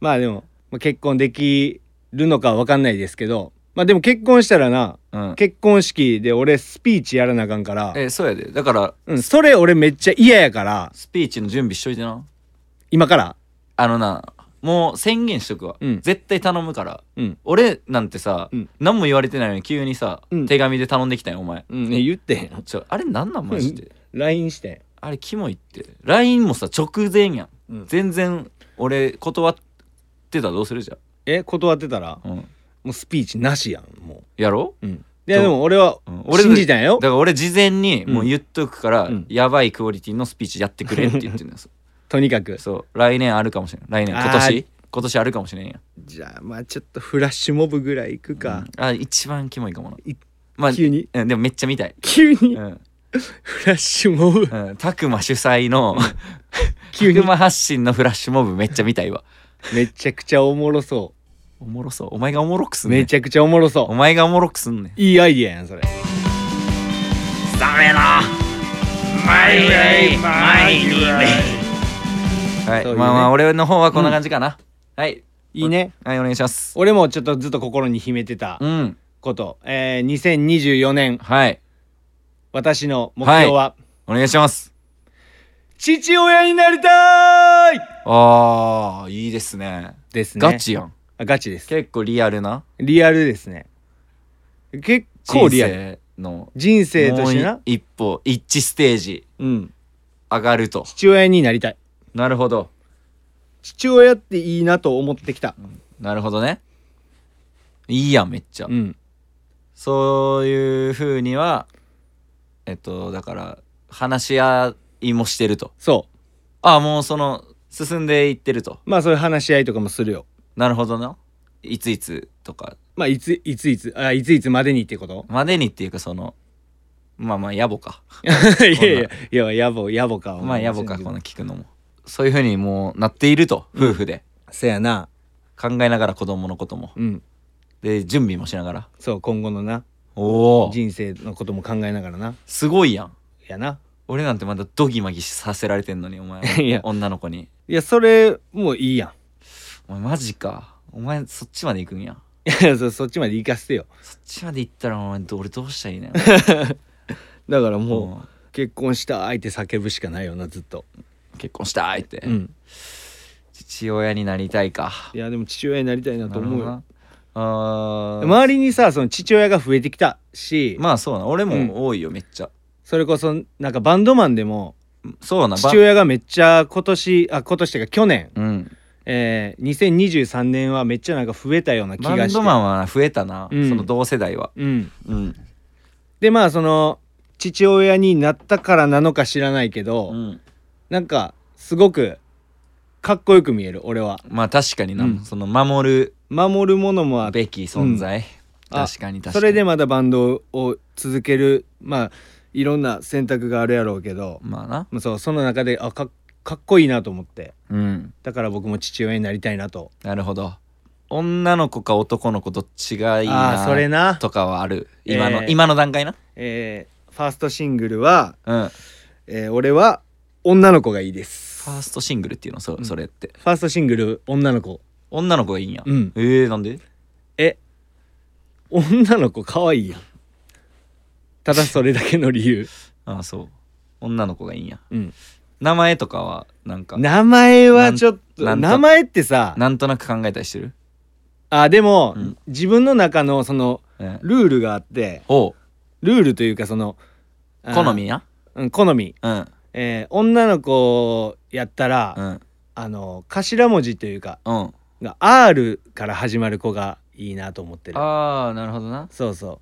Speaker 2: まあでもまあ結婚できるのかわかんないですけどまあでも結婚したらな
Speaker 1: うん
Speaker 2: 結婚式で俺スピーチやらなあかんから、
Speaker 1: えそうやでだから
Speaker 2: うん、それ俺めっちゃ嫌やから
Speaker 1: スピーチの準備しといてな
Speaker 2: 今から
Speaker 1: あのなもう宣言しとくわ、
Speaker 2: うん
Speaker 1: 絶対頼むから
Speaker 2: うん、
Speaker 1: 俺なんてさ、
Speaker 2: うん
Speaker 1: 何も言われてないのに急にさ、
Speaker 2: うん
Speaker 1: 手紙で頼んできたよお前
Speaker 2: うん、ね言ってん
Speaker 1: ちょあれなんなんマジで
Speaker 2: LINE してん
Speaker 1: あれキモいって LINE もさ直前やん、
Speaker 2: うん
Speaker 1: 全然俺断ってたらどうするじ
Speaker 2: え断ってたら
Speaker 1: ゃん、うん、
Speaker 2: もうスピーチなしやんも
Speaker 1: やろ
Speaker 2: う、うん、いや
Speaker 1: どう
Speaker 2: でも俺は
Speaker 1: うん俺
Speaker 2: 信じたんやよ
Speaker 1: だから俺事前にもう言っとくから、
Speaker 2: うん
Speaker 1: やばいクオリティのスピーチやってくれって言ってるん です
Speaker 2: とにかく
Speaker 1: そう来年あるかもしれない来年
Speaker 2: あー
Speaker 1: 今年今年あるかもしれんやん
Speaker 2: じゃあまあちょっとフラッシュモブぐらいいくか、
Speaker 1: うんあ一番キモいかもないまあ
Speaker 2: 急に
Speaker 1: うんでもめっちゃ見たい、
Speaker 2: 急に
Speaker 1: うん
Speaker 2: フラッシュモブ
Speaker 1: うん、たくま主催の
Speaker 2: 急に
Speaker 1: たくま発信のフラッシュモブめっちゃ見たいわ
Speaker 2: めちゃくちゃおもろそ
Speaker 1: おもろそうお前がおもろくす
Speaker 2: うん
Speaker 1: ね
Speaker 2: め
Speaker 1: ん
Speaker 2: ちゃくちゃおもろ
Speaker 1: お
Speaker 2: そ
Speaker 1: 前がおもろくすんねん
Speaker 2: ういいアイディアやんそれ
Speaker 1: はい、
Speaker 2: そういうね
Speaker 1: まあまあ俺の方はこんな感じかな、はい
Speaker 2: いいね
Speaker 1: はいお願いします
Speaker 2: 俺もちょっとずっと心に秘めてた
Speaker 1: うん
Speaker 2: こと、えー、2024年
Speaker 1: はい
Speaker 2: 私の目標は、
Speaker 1: お願いします
Speaker 2: 父親になりたい
Speaker 1: あーいいですね
Speaker 2: ですね
Speaker 1: ガチやん
Speaker 2: あガチです
Speaker 1: 結構リアルな
Speaker 2: リアルですね結構
Speaker 1: 人
Speaker 2: リアル
Speaker 1: 生の
Speaker 2: 人生と
Speaker 1: もう
Speaker 2: してない
Speaker 1: 一歩一ステージ
Speaker 2: うん
Speaker 1: 上がると
Speaker 2: 父親になりたい
Speaker 1: なるほど
Speaker 2: 父親っていいなと思ってきた
Speaker 1: なるほどねいいやんめっちゃ、
Speaker 2: うん
Speaker 1: そういうふうにはえっとだから話し合いもしてると
Speaker 2: そ
Speaker 1: ああもうその進んでいってると
Speaker 2: うまあそういう話し合いとかもするよ
Speaker 1: なるほどないついつとか
Speaker 2: まあいついついつあいついつまでにっ てこと
Speaker 1: までにっていうかそのまあまあ野暮か
Speaker 2: いやいやいや野暮野暮か
Speaker 1: まあ野暮かこの聞くのもそういうふうにもうなっていると夫婦で
Speaker 2: せやな
Speaker 1: 考えながら子供のことも
Speaker 2: うん
Speaker 1: で準備もしながら
Speaker 2: そう今後のな
Speaker 1: おお
Speaker 2: 人生のことも考えながらな
Speaker 1: すごいやん
Speaker 2: やな
Speaker 1: 俺なんてまだドギマギさせられてんのにお前
Speaker 2: いや
Speaker 1: 女の子に
Speaker 2: いやそれもういいや
Speaker 1: お前マジかお前そっちまで行くんや
Speaker 2: んいやそそっちまで行かせてよ
Speaker 1: そっちまで行ったらお前ど俺どうしたらいいねん
Speaker 2: だから も
Speaker 1: も
Speaker 2: う結婚した相手叫ぶしかないよなずっと
Speaker 1: う結婚したいって、
Speaker 2: うん
Speaker 1: 父親になりたいか
Speaker 2: いやでも父親になりたいなと思う
Speaker 1: なるほど
Speaker 2: よ
Speaker 1: なあーま
Speaker 2: 周りにさその父親が増えてきたし、
Speaker 1: あそうな俺も多いよ、めっちゃ
Speaker 2: それこそなんかバンドマンでも
Speaker 1: そうなば
Speaker 2: 父親がめっちゃ今年あ今年っていうか去年、
Speaker 1: うん
Speaker 2: えー、2023年はめっちゃなんか増えたような気が
Speaker 1: バ
Speaker 2: して
Speaker 1: ンドマンは増えたな、
Speaker 2: うん
Speaker 1: その同世代は
Speaker 2: うん、
Speaker 1: うん
Speaker 2: でまあその父親になったからなのか知らないけど、
Speaker 1: うん
Speaker 2: なんかすごくかっこよく見える俺は
Speaker 1: まあ確かにな、
Speaker 2: うん
Speaker 1: その守る
Speaker 2: 守るものもあって
Speaker 1: べき存在、
Speaker 2: あ
Speaker 1: 確かに確かに
Speaker 2: それでまだバンドを続けるまあいろんな選択があるやろうけど、
Speaker 1: まあな
Speaker 2: まあそうその中であかっかっこいいなと思って
Speaker 1: うん
Speaker 2: だから僕も父親になりたいなと
Speaker 1: なるほど女の子か男の子どっちがいい
Speaker 2: ああそれ
Speaker 1: な
Speaker 2: な、
Speaker 1: とかはある今の、
Speaker 2: えー
Speaker 1: 今の段階な
Speaker 2: えーファーストシングルは、
Speaker 1: うん
Speaker 2: えー俺は女の子がいいで
Speaker 1: フ
Speaker 2: す
Speaker 1: ァーストシングルっていうのそ,、
Speaker 2: うん
Speaker 1: それって
Speaker 2: ファーストシングル女の子
Speaker 1: 女の子がいいんや、
Speaker 2: うん
Speaker 1: えー、なんで
Speaker 2: え女の子可愛いやんただそれだけの理由
Speaker 1: ああそう女の子がいいんや
Speaker 2: うん
Speaker 1: 名前とかは なんか
Speaker 2: 名前はちょっと
Speaker 1: なんなんと
Speaker 2: 名前ってさ
Speaker 1: なんとなく考えたりしてる、
Speaker 2: あでも、
Speaker 1: うん
Speaker 2: 自分の中のその
Speaker 1: うん、
Speaker 2: ルールがあって
Speaker 1: おう
Speaker 2: ルールというかそのあー
Speaker 1: 好みや
Speaker 2: うん好み、
Speaker 1: うん
Speaker 2: えー女の子やったら、
Speaker 1: うん
Speaker 2: あの頭文字というか
Speaker 1: うん
Speaker 2: が R から始まる子がいいなと思ってる
Speaker 1: ああなるほどな
Speaker 2: そうそう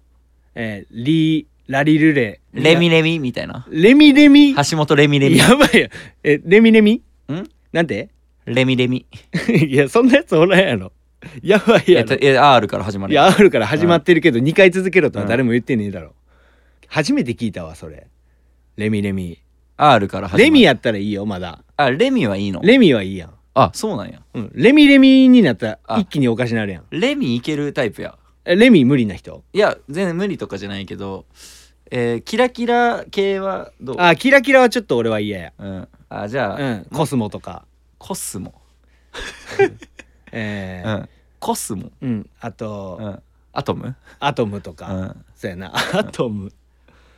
Speaker 2: えー、リラリルレ
Speaker 1: レミレミみたいな
Speaker 2: レミレミ
Speaker 1: 橋本レミレミ
Speaker 2: やばいよえレミレミ
Speaker 1: ん
Speaker 2: なんて
Speaker 1: レミレミ
Speaker 2: いやそんなやつおらんやろやばい
Speaker 1: い
Speaker 2: や
Speaker 1: や
Speaker 2: ろ
Speaker 1: たえ R から始ま
Speaker 2: い
Speaker 1: る
Speaker 2: や R から始まってるけど2回続けろとは誰も言ってねえだろ、初めて聞いたわそれレミレミ
Speaker 1: R から始まる
Speaker 2: レミやったらいいよまだ
Speaker 1: あレミはいいの
Speaker 2: レミはいいやん、
Speaker 1: あそうなんや
Speaker 2: うん、レミレミになったら
Speaker 1: あ
Speaker 2: 一気におかしなるやん
Speaker 1: レミいけるタイプや
Speaker 2: えレミ無理な人
Speaker 1: いや全然無理とかじゃないけど、えーキラキラ系はどう
Speaker 2: あキラキラはちょっと俺は嫌や
Speaker 1: うん、あじゃあ、
Speaker 2: うんコスモとか
Speaker 1: コスモ、
Speaker 2: え
Speaker 1: う
Speaker 2: ー
Speaker 1: ん、コスモ、
Speaker 2: うん、あと、
Speaker 1: うん、アトム、
Speaker 2: アトムと
Speaker 1: う
Speaker 2: か、
Speaker 1: ん、
Speaker 2: そうやなアトム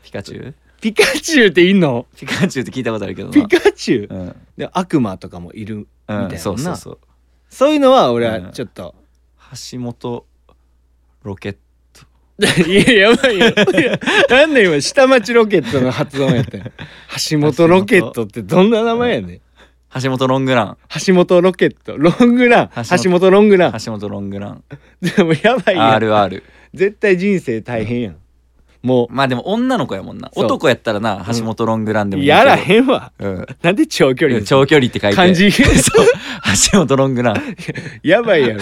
Speaker 1: ピカチュウ
Speaker 2: ピカチュウっていんの
Speaker 1: ピカチュウって聞いたことあるけどな
Speaker 2: ピカチュウ、
Speaker 1: うん、
Speaker 2: で悪魔とかもいる
Speaker 1: うん
Speaker 2: みたいな
Speaker 1: そうそうそう
Speaker 2: そういうのは俺
Speaker 1: う
Speaker 2: は
Speaker 1: ん
Speaker 2: ちょっと、
Speaker 1: 橋本ロケット
Speaker 2: いややばいよいやなんで今下町ロケットの発音やったん や橋本ロケットってどんな名前やねん
Speaker 1: 橋本ロングラン
Speaker 2: 橋本ロケットロングラン
Speaker 1: 橋本
Speaker 2: 橋本ロングラン
Speaker 1: 橋本ロングラン
Speaker 2: でもやばいやん
Speaker 1: RR
Speaker 2: 絶対人生大変やんも
Speaker 1: まあでも女の子やもんな
Speaker 2: そう
Speaker 1: 男やったらな橋本ロングランで
Speaker 2: う
Speaker 1: もいいけど
Speaker 2: やらへんわ
Speaker 1: うん
Speaker 2: なんで長距離に
Speaker 1: 長距離って書いて
Speaker 2: 漢 字
Speaker 1: そう橋本ロングラン
Speaker 2: やばい やろ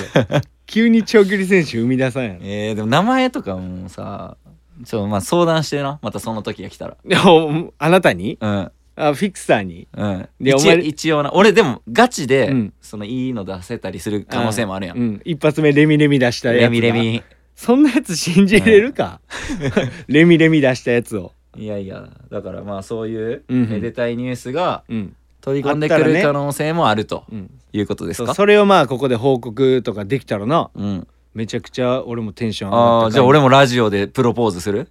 Speaker 2: 急に長距離選手生み出さんやろ
Speaker 1: えー、でも名前とかもさちょっとまあ相談してなまたその時が来たら
Speaker 2: でもあなたに
Speaker 1: うん
Speaker 2: あフィクサーに
Speaker 1: うん
Speaker 2: でお
Speaker 1: 一
Speaker 2: 前
Speaker 1: 一応な俺でもガチで、
Speaker 2: うん
Speaker 1: そのいいの出せたりする可能性もあるやん、
Speaker 2: うん、一発目レミレミ出したやつが
Speaker 1: レミレミ
Speaker 2: そんなやつ信じれるか、 レミレミ出したやつを
Speaker 1: いやいやだからまあそういう
Speaker 2: うんうん
Speaker 1: めでたいニュースが
Speaker 2: うん、
Speaker 1: 取り込んで
Speaker 2: あ
Speaker 1: く
Speaker 2: ったらね
Speaker 1: る可能性もあると
Speaker 2: うん、
Speaker 1: いうことです
Speaker 2: そ
Speaker 1: か
Speaker 2: うそれをまあここで報告とかできたらな
Speaker 1: うん、
Speaker 2: めちゃくちゃ俺もテンション上がっ
Speaker 1: あ
Speaker 2: た
Speaker 1: あじゃあ俺
Speaker 2: も
Speaker 1: もラジオでプロポーズする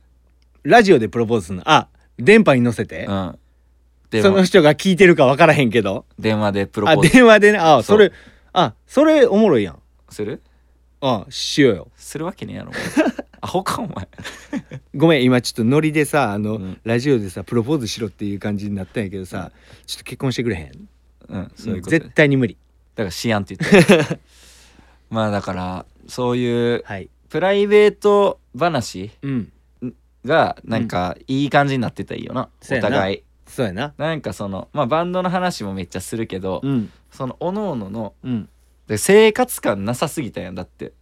Speaker 2: ラジオでプロポーズするのあ電波に乗せて
Speaker 1: う、ん電
Speaker 2: その
Speaker 1: 話
Speaker 2: 人が聞いてるか分からへんけど
Speaker 1: 電話でプロポ
Speaker 2: あ
Speaker 1: ーズ
Speaker 2: 電話でねあ
Speaker 1: そ
Speaker 2: そうれあそれおもろいやん
Speaker 1: する
Speaker 2: あしようよ
Speaker 1: するわけねえや ろアホかお前
Speaker 2: ごめん今ちょっとノリでさあの、
Speaker 1: うん
Speaker 2: ラジオでさプロポーズしろっていう感じになったんやけどさ、ちょっと結婚してくれへん
Speaker 1: うんそういうことね
Speaker 2: 絶対に無理
Speaker 1: だからしやんって言って まあだからそういう
Speaker 2: はい
Speaker 1: プライベート話
Speaker 2: うん
Speaker 1: がなんかいい感じになってたらいいよな、
Speaker 2: そう
Speaker 1: お
Speaker 2: やな
Speaker 1: 互い
Speaker 2: そうやな
Speaker 1: なんかそのまあバンドの話もめっちゃするけど、
Speaker 2: うん
Speaker 1: そのおのおのの
Speaker 2: うん
Speaker 1: で生活感なさすぎたやんだって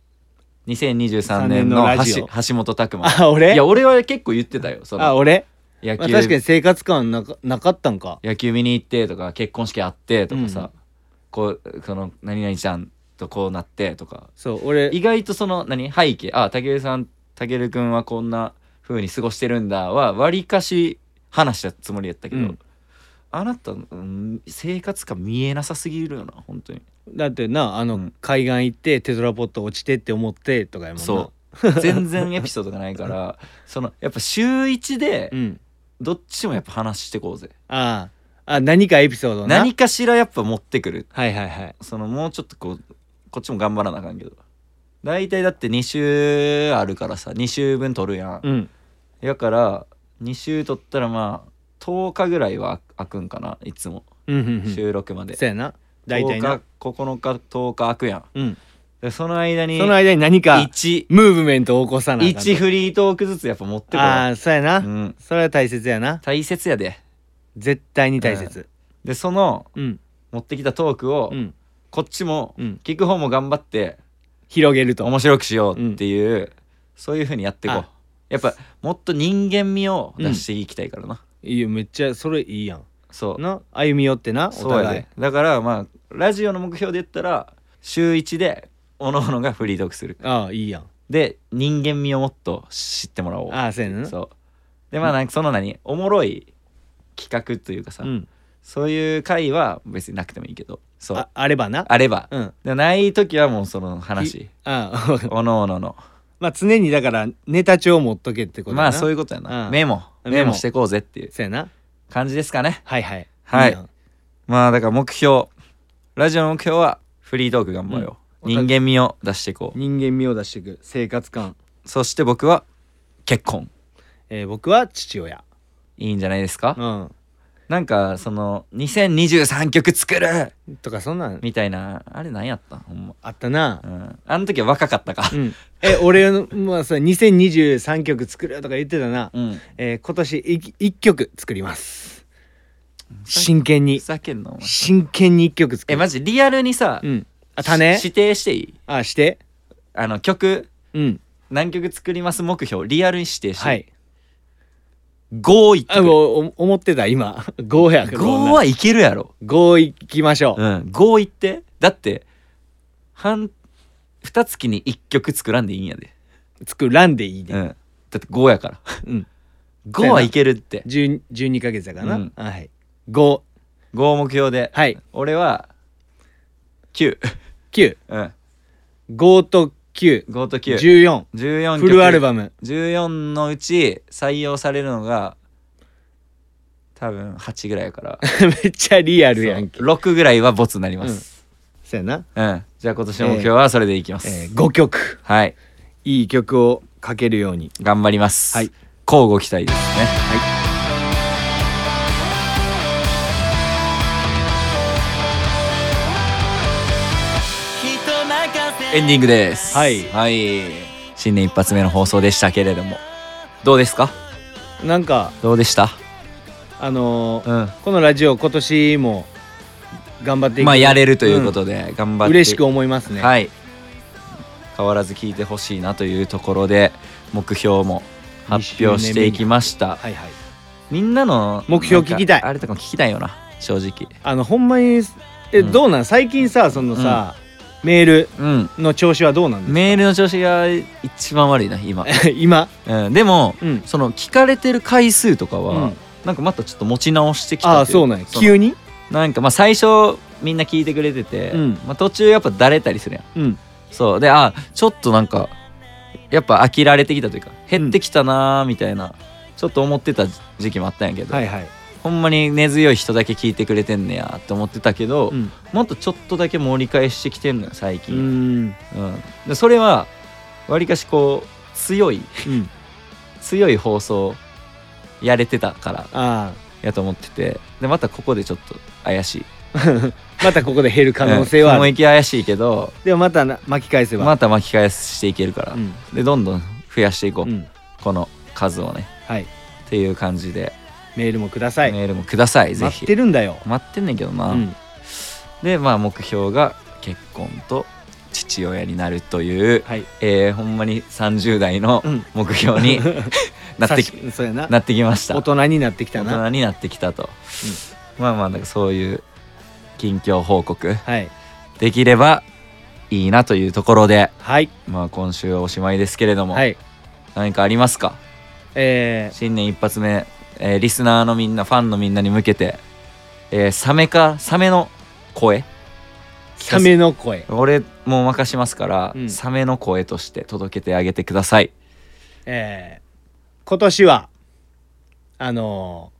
Speaker 1: 2023年の
Speaker 2: 三年
Speaker 1: 橋
Speaker 2: の
Speaker 1: 橋本拓 磨
Speaker 2: あ俺
Speaker 1: いや俺は結構言ってたよそ
Speaker 2: あ
Speaker 1: の
Speaker 2: 俺、
Speaker 1: 野
Speaker 2: まあ、
Speaker 1: 球、
Speaker 2: 確かに生活感なかなかったんか
Speaker 1: 野球見に行ってとか結婚式あってとかさ、
Speaker 2: うん
Speaker 1: こうその何々ちゃんとこうなってとか
Speaker 2: そう俺
Speaker 1: 意外とその何背景あたけるさんたけるくんはこんな風に過ごしてるんだはわりかし話したつもりやったけど、
Speaker 2: うん
Speaker 1: あなた、うん、生活感見えなさすぎるよな本当に
Speaker 2: だってなあの、
Speaker 1: うん
Speaker 2: 海岸行ってテトラポット落ちてって思ってとかやもんな
Speaker 1: そう全然エピソードがないから そのやっぱ週一で
Speaker 2: うん
Speaker 1: どっちもやっぱ話してこうぜ
Speaker 2: あああ何かエピソードな
Speaker 1: 何かしらやっぱ持ってくる
Speaker 2: はいはいはい
Speaker 1: そのもうちょっとこうこっちも頑張らなあかんけど大体だって2週あるからさ2週分取るやん、
Speaker 2: うん
Speaker 1: やから2週取ったらまあ10日ぐらいは空くんかないつも
Speaker 2: うんうんうん
Speaker 1: 収録まで、
Speaker 2: そうやな大体な
Speaker 1: 10日9日10日空くやん
Speaker 2: うん
Speaker 1: でその間に
Speaker 2: その間に何か
Speaker 1: 1
Speaker 2: ムーブメントを起こさない
Speaker 1: 1フリートークずつやっぱ持ってこ
Speaker 2: あ
Speaker 1: な
Speaker 2: あーそうやな、
Speaker 1: うん
Speaker 2: それは大切やな
Speaker 1: 大切やで
Speaker 2: 絶対に大切
Speaker 1: でその
Speaker 2: うん
Speaker 1: 持ってきたトークを、
Speaker 2: うん
Speaker 1: こっちも
Speaker 2: うん
Speaker 1: 聞く方も頑張って
Speaker 2: 広げると
Speaker 1: 面白くしようっていう、そういう風にやっていこう
Speaker 2: あ
Speaker 1: やっぱもっと人間味を出していきたいからな、
Speaker 2: いいよめっちゃそれいいやん
Speaker 1: そう
Speaker 2: な歩み寄ってなお
Speaker 1: そうや
Speaker 2: 互い
Speaker 1: でだからまあラジオの目標で言ったら週1でおのおのがフリートークする
Speaker 2: ああいいやん
Speaker 1: で人間味をもっと知ってもらおう
Speaker 2: ああそうやな
Speaker 1: そうでまあなんかその何おもろい企画というかさ、
Speaker 2: うん
Speaker 1: そういう回は別になくてもいいけどそう
Speaker 2: あ
Speaker 1: あ
Speaker 2: あればな
Speaker 1: れば、
Speaker 2: うん
Speaker 1: でもない時はもうその話
Speaker 2: ああ
Speaker 1: おのおのの
Speaker 2: まあ常にだからネタ帳持っとけってことやな
Speaker 1: まあそういううことやな、
Speaker 2: うん
Speaker 1: メモ
Speaker 2: メモ
Speaker 1: メモしてこうぜっていう
Speaker 2: そうやな
Speaker 1: 感じですかね
Speaker 2: はいはい
Speaker 1: はい
Speaker 2: やん
Speaker 1: まあだから目標ラジオの目標はフリートーク頑張ろう、
Speaker 2: うん
Speaker 1: 人間味を出していこう
Speaker 2: 人間味を出していく生活感、
Speaker 1: そして僕は結婚
Speaker 2: えー、僕は父親
Speaker 1: いいんじゃないですか、
Speaker 2: うん
Speaker 1: なんかその2023曲作る
Speaker 2: とかそんなん
Speaker 1: みたいなあれ何やったんほんま
Speaker 2: あったな
Speaker 1: うんあの時は若かったか
Speaker 2: うんえ俺のまあさ2023曲作るとか言ってたな
Speaker 1: うん
Speaker 2: えー今年い1曲作ります真剣に
Speaker 1: ふざけんなお前
Speaker 2: 真剣に一曲作
Speaker 1: え
Speaker 2: る
Speaker 1: マジリアルにさ、
Speaker 2: うんあ種
Speaker 1: し指定していい
Speaker 2: あして
Speaker 1: あの曲
Speaker 2: うん
Speaker 1: 何曲作ります目標リアルに指定して、
Speaker 2: はい
Speaker 1: 5いって
Speaker 2: あ
Speaker 1: くれ
Speaker 2: おお思ってた今5や から
Speaker 1: 5はいけるやろ、
Speaker 2: 5いきましょ
Speaker 1: うん、5いってだって半2月に1曲作らんでいいんやで、
Speaker 2: う作らんでいいで
Speaker 1: うん、だって5やから
Speaker 2: うん
Speaker 1: 5はいけるって
Speaker 2: 10 12ヶ月だからな、
Speaker 1: うん
Speaker 2: はい5
Speaker 1: 5目標で、
Speaker 2: はい
Speaker 1: 俺は9、
Speaker 2: 95
Speaker 1: うん、
Speaker 2: と9
Speaker 1: 5と9
Speaker 2: 14
Speaker 1: 14
Speaker 2: フ
Speaker 1: 曲
Speaker 2: ルアルバム
Speaker 1: 14のうち採用されるのが多分8ぐらいやから
Speaker 2: めっちゃリアルやんけ
Speaker 1: 6ぐらいはボツになります、
Speaker 2: そうやな、
Speaker 1: うんじゃあ今年の目標はそれでいきます、
Speaker 2: えー、5曲
Speaker 1: はい
Speaker 2: いい曲をかけるように
Speaker 1: 頑張ります、
Speaker 2: はい
Speaker 1: 交互期待ですねエンディングです
Speaker 2: はい
Speaker 1: 新年一発目の放送でしたけれどもどうですか
Speaker 2: なんか
Speaker 1: どうでした
Speaker 2: あのー
Speaker 1: うん
Speaker 2: このラジオ今年も頑張っていく
Speaker 1: まあやれるということで頑張って
Speaker 2: 嬉しく思いますね、
Speaker 1: はい変わらず聞いてほしいなというところで目標も発表していきました
Speaker 2: はいはい
Speaker 1: みんなの
Speaker 2: 目標聞き
Speaker 1: な
Speaker 2: たい
Speaker 1: んかあれとかも聞きたいよな正直
Speaker 2: あのほんまにえ、
Speaker 1: うん
Speaker 2: どうなん最近さそのさ、メール
Speaker 1: うん
Speaker 2: の調子はどうなんです
Speaker 1: メールの調子が一番悪いな今、
Speaker 2: か 今
Speaker 1: うん、でも
Speaker 2: うん
Speaker 1: その聞かれてる回数とかは、
Speaker 2: うん
Speaker 1: なんかまたちょっと持ち直してきた
Speaker 2: ああ
Speaker 1: とい
Speaker 2: そうなんや
Speaker 1: その
Speaker 2: 急に
Speaker 1: なんかまあ最初みんな聞いてくれてて、
Speaker 2: うん
Speaker 1: まあ、途中やっぱだれたりするやん
Speaker 2: うん
Speaker 1: そうであちょっとなんかやっぱ飽きられてきたというか減ってきたなーみたいな、ちょっと思ってた時期もあったんやけど、
Speaker 2: はいはい
Speaker 1: ほんまに根強い人だけ聞いてくれてんねやって思ってたけど、
Speaker 2: うん
Speaker 1: もっとちょっとだけ盛り返してきてんのよ最
Speaker 2: う
Speaker 1: 近、
Speaker 2: ん
Speaker 1: うんでそれはわりかしこう強い
Speaker 2: うん
Speaker 1: 強い放送やれてたから
Speaker 2: あ
Speaker 1: やと思っててでまたここでちょっと怪しい
Speaker 2: あまたここで減る可能性はあ
Speaker 1: うん雲
Speaker 2: る、
Speaker 1: 行き怪しいけど
Speaker 2: でもまたな巻き返せば、
Speaker 1: また巻き返していけるから、
Speaker 2: うん
Speaker 1: でどんどん増やしていこう、
Speaker 2: うん
Speaker 1: この数をね
Speaker 2: はい
Speaker 1: っていう感じで
Speaker 2: メールもください、
Speaker 1: メールもください、ぜ
Speaker 2: 待っ
Speaker 1: ひ
Speaker 2: てるんだよ、
Speaker 1: 待ってんねんけど
Speaker 2: う
Speaker 1: な、
Speaker 2: ん、
Speaker 1: でまあ目標が結婚と父親になるという、
Speaker 2: はい
Speaker 1: えーほんまに30代の
Speaker 2: うん
Speaker 1: 目標 になってき
Speaker 2: さしそうやな
Speaker 1: なってきました
Speaker 2: 大人になってきたな
Speaker 1: 大人になってきたと、まあまあなんかそういう近況報告
Speaker 2: はい
Speaker 1: できればいいなというところで
Speaker 2: はい
Speaker 1: まあ今週はおしまいですけれども、
Speaker 2: はい
Speaker 1: 何かありますか
Speaker 2: え
Speaker 1: 新年一発目、えーリスナーのみんなファンのみんなに向けて、えーサメかサメの声
Speaker 2: ー、サメの声
Speaker 1: 俺もう任しますから、
Speaker 2: うん
Speaker 1: サメの声として届けてあげてください
Speaker 2: えー今年はあのー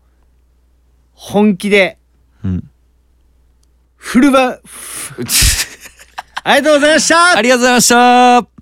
Speaker 2: 本気で
Speaker 1: うん
Speaker 2: フルバありがとうございました
Speaker 1: ありがとうございました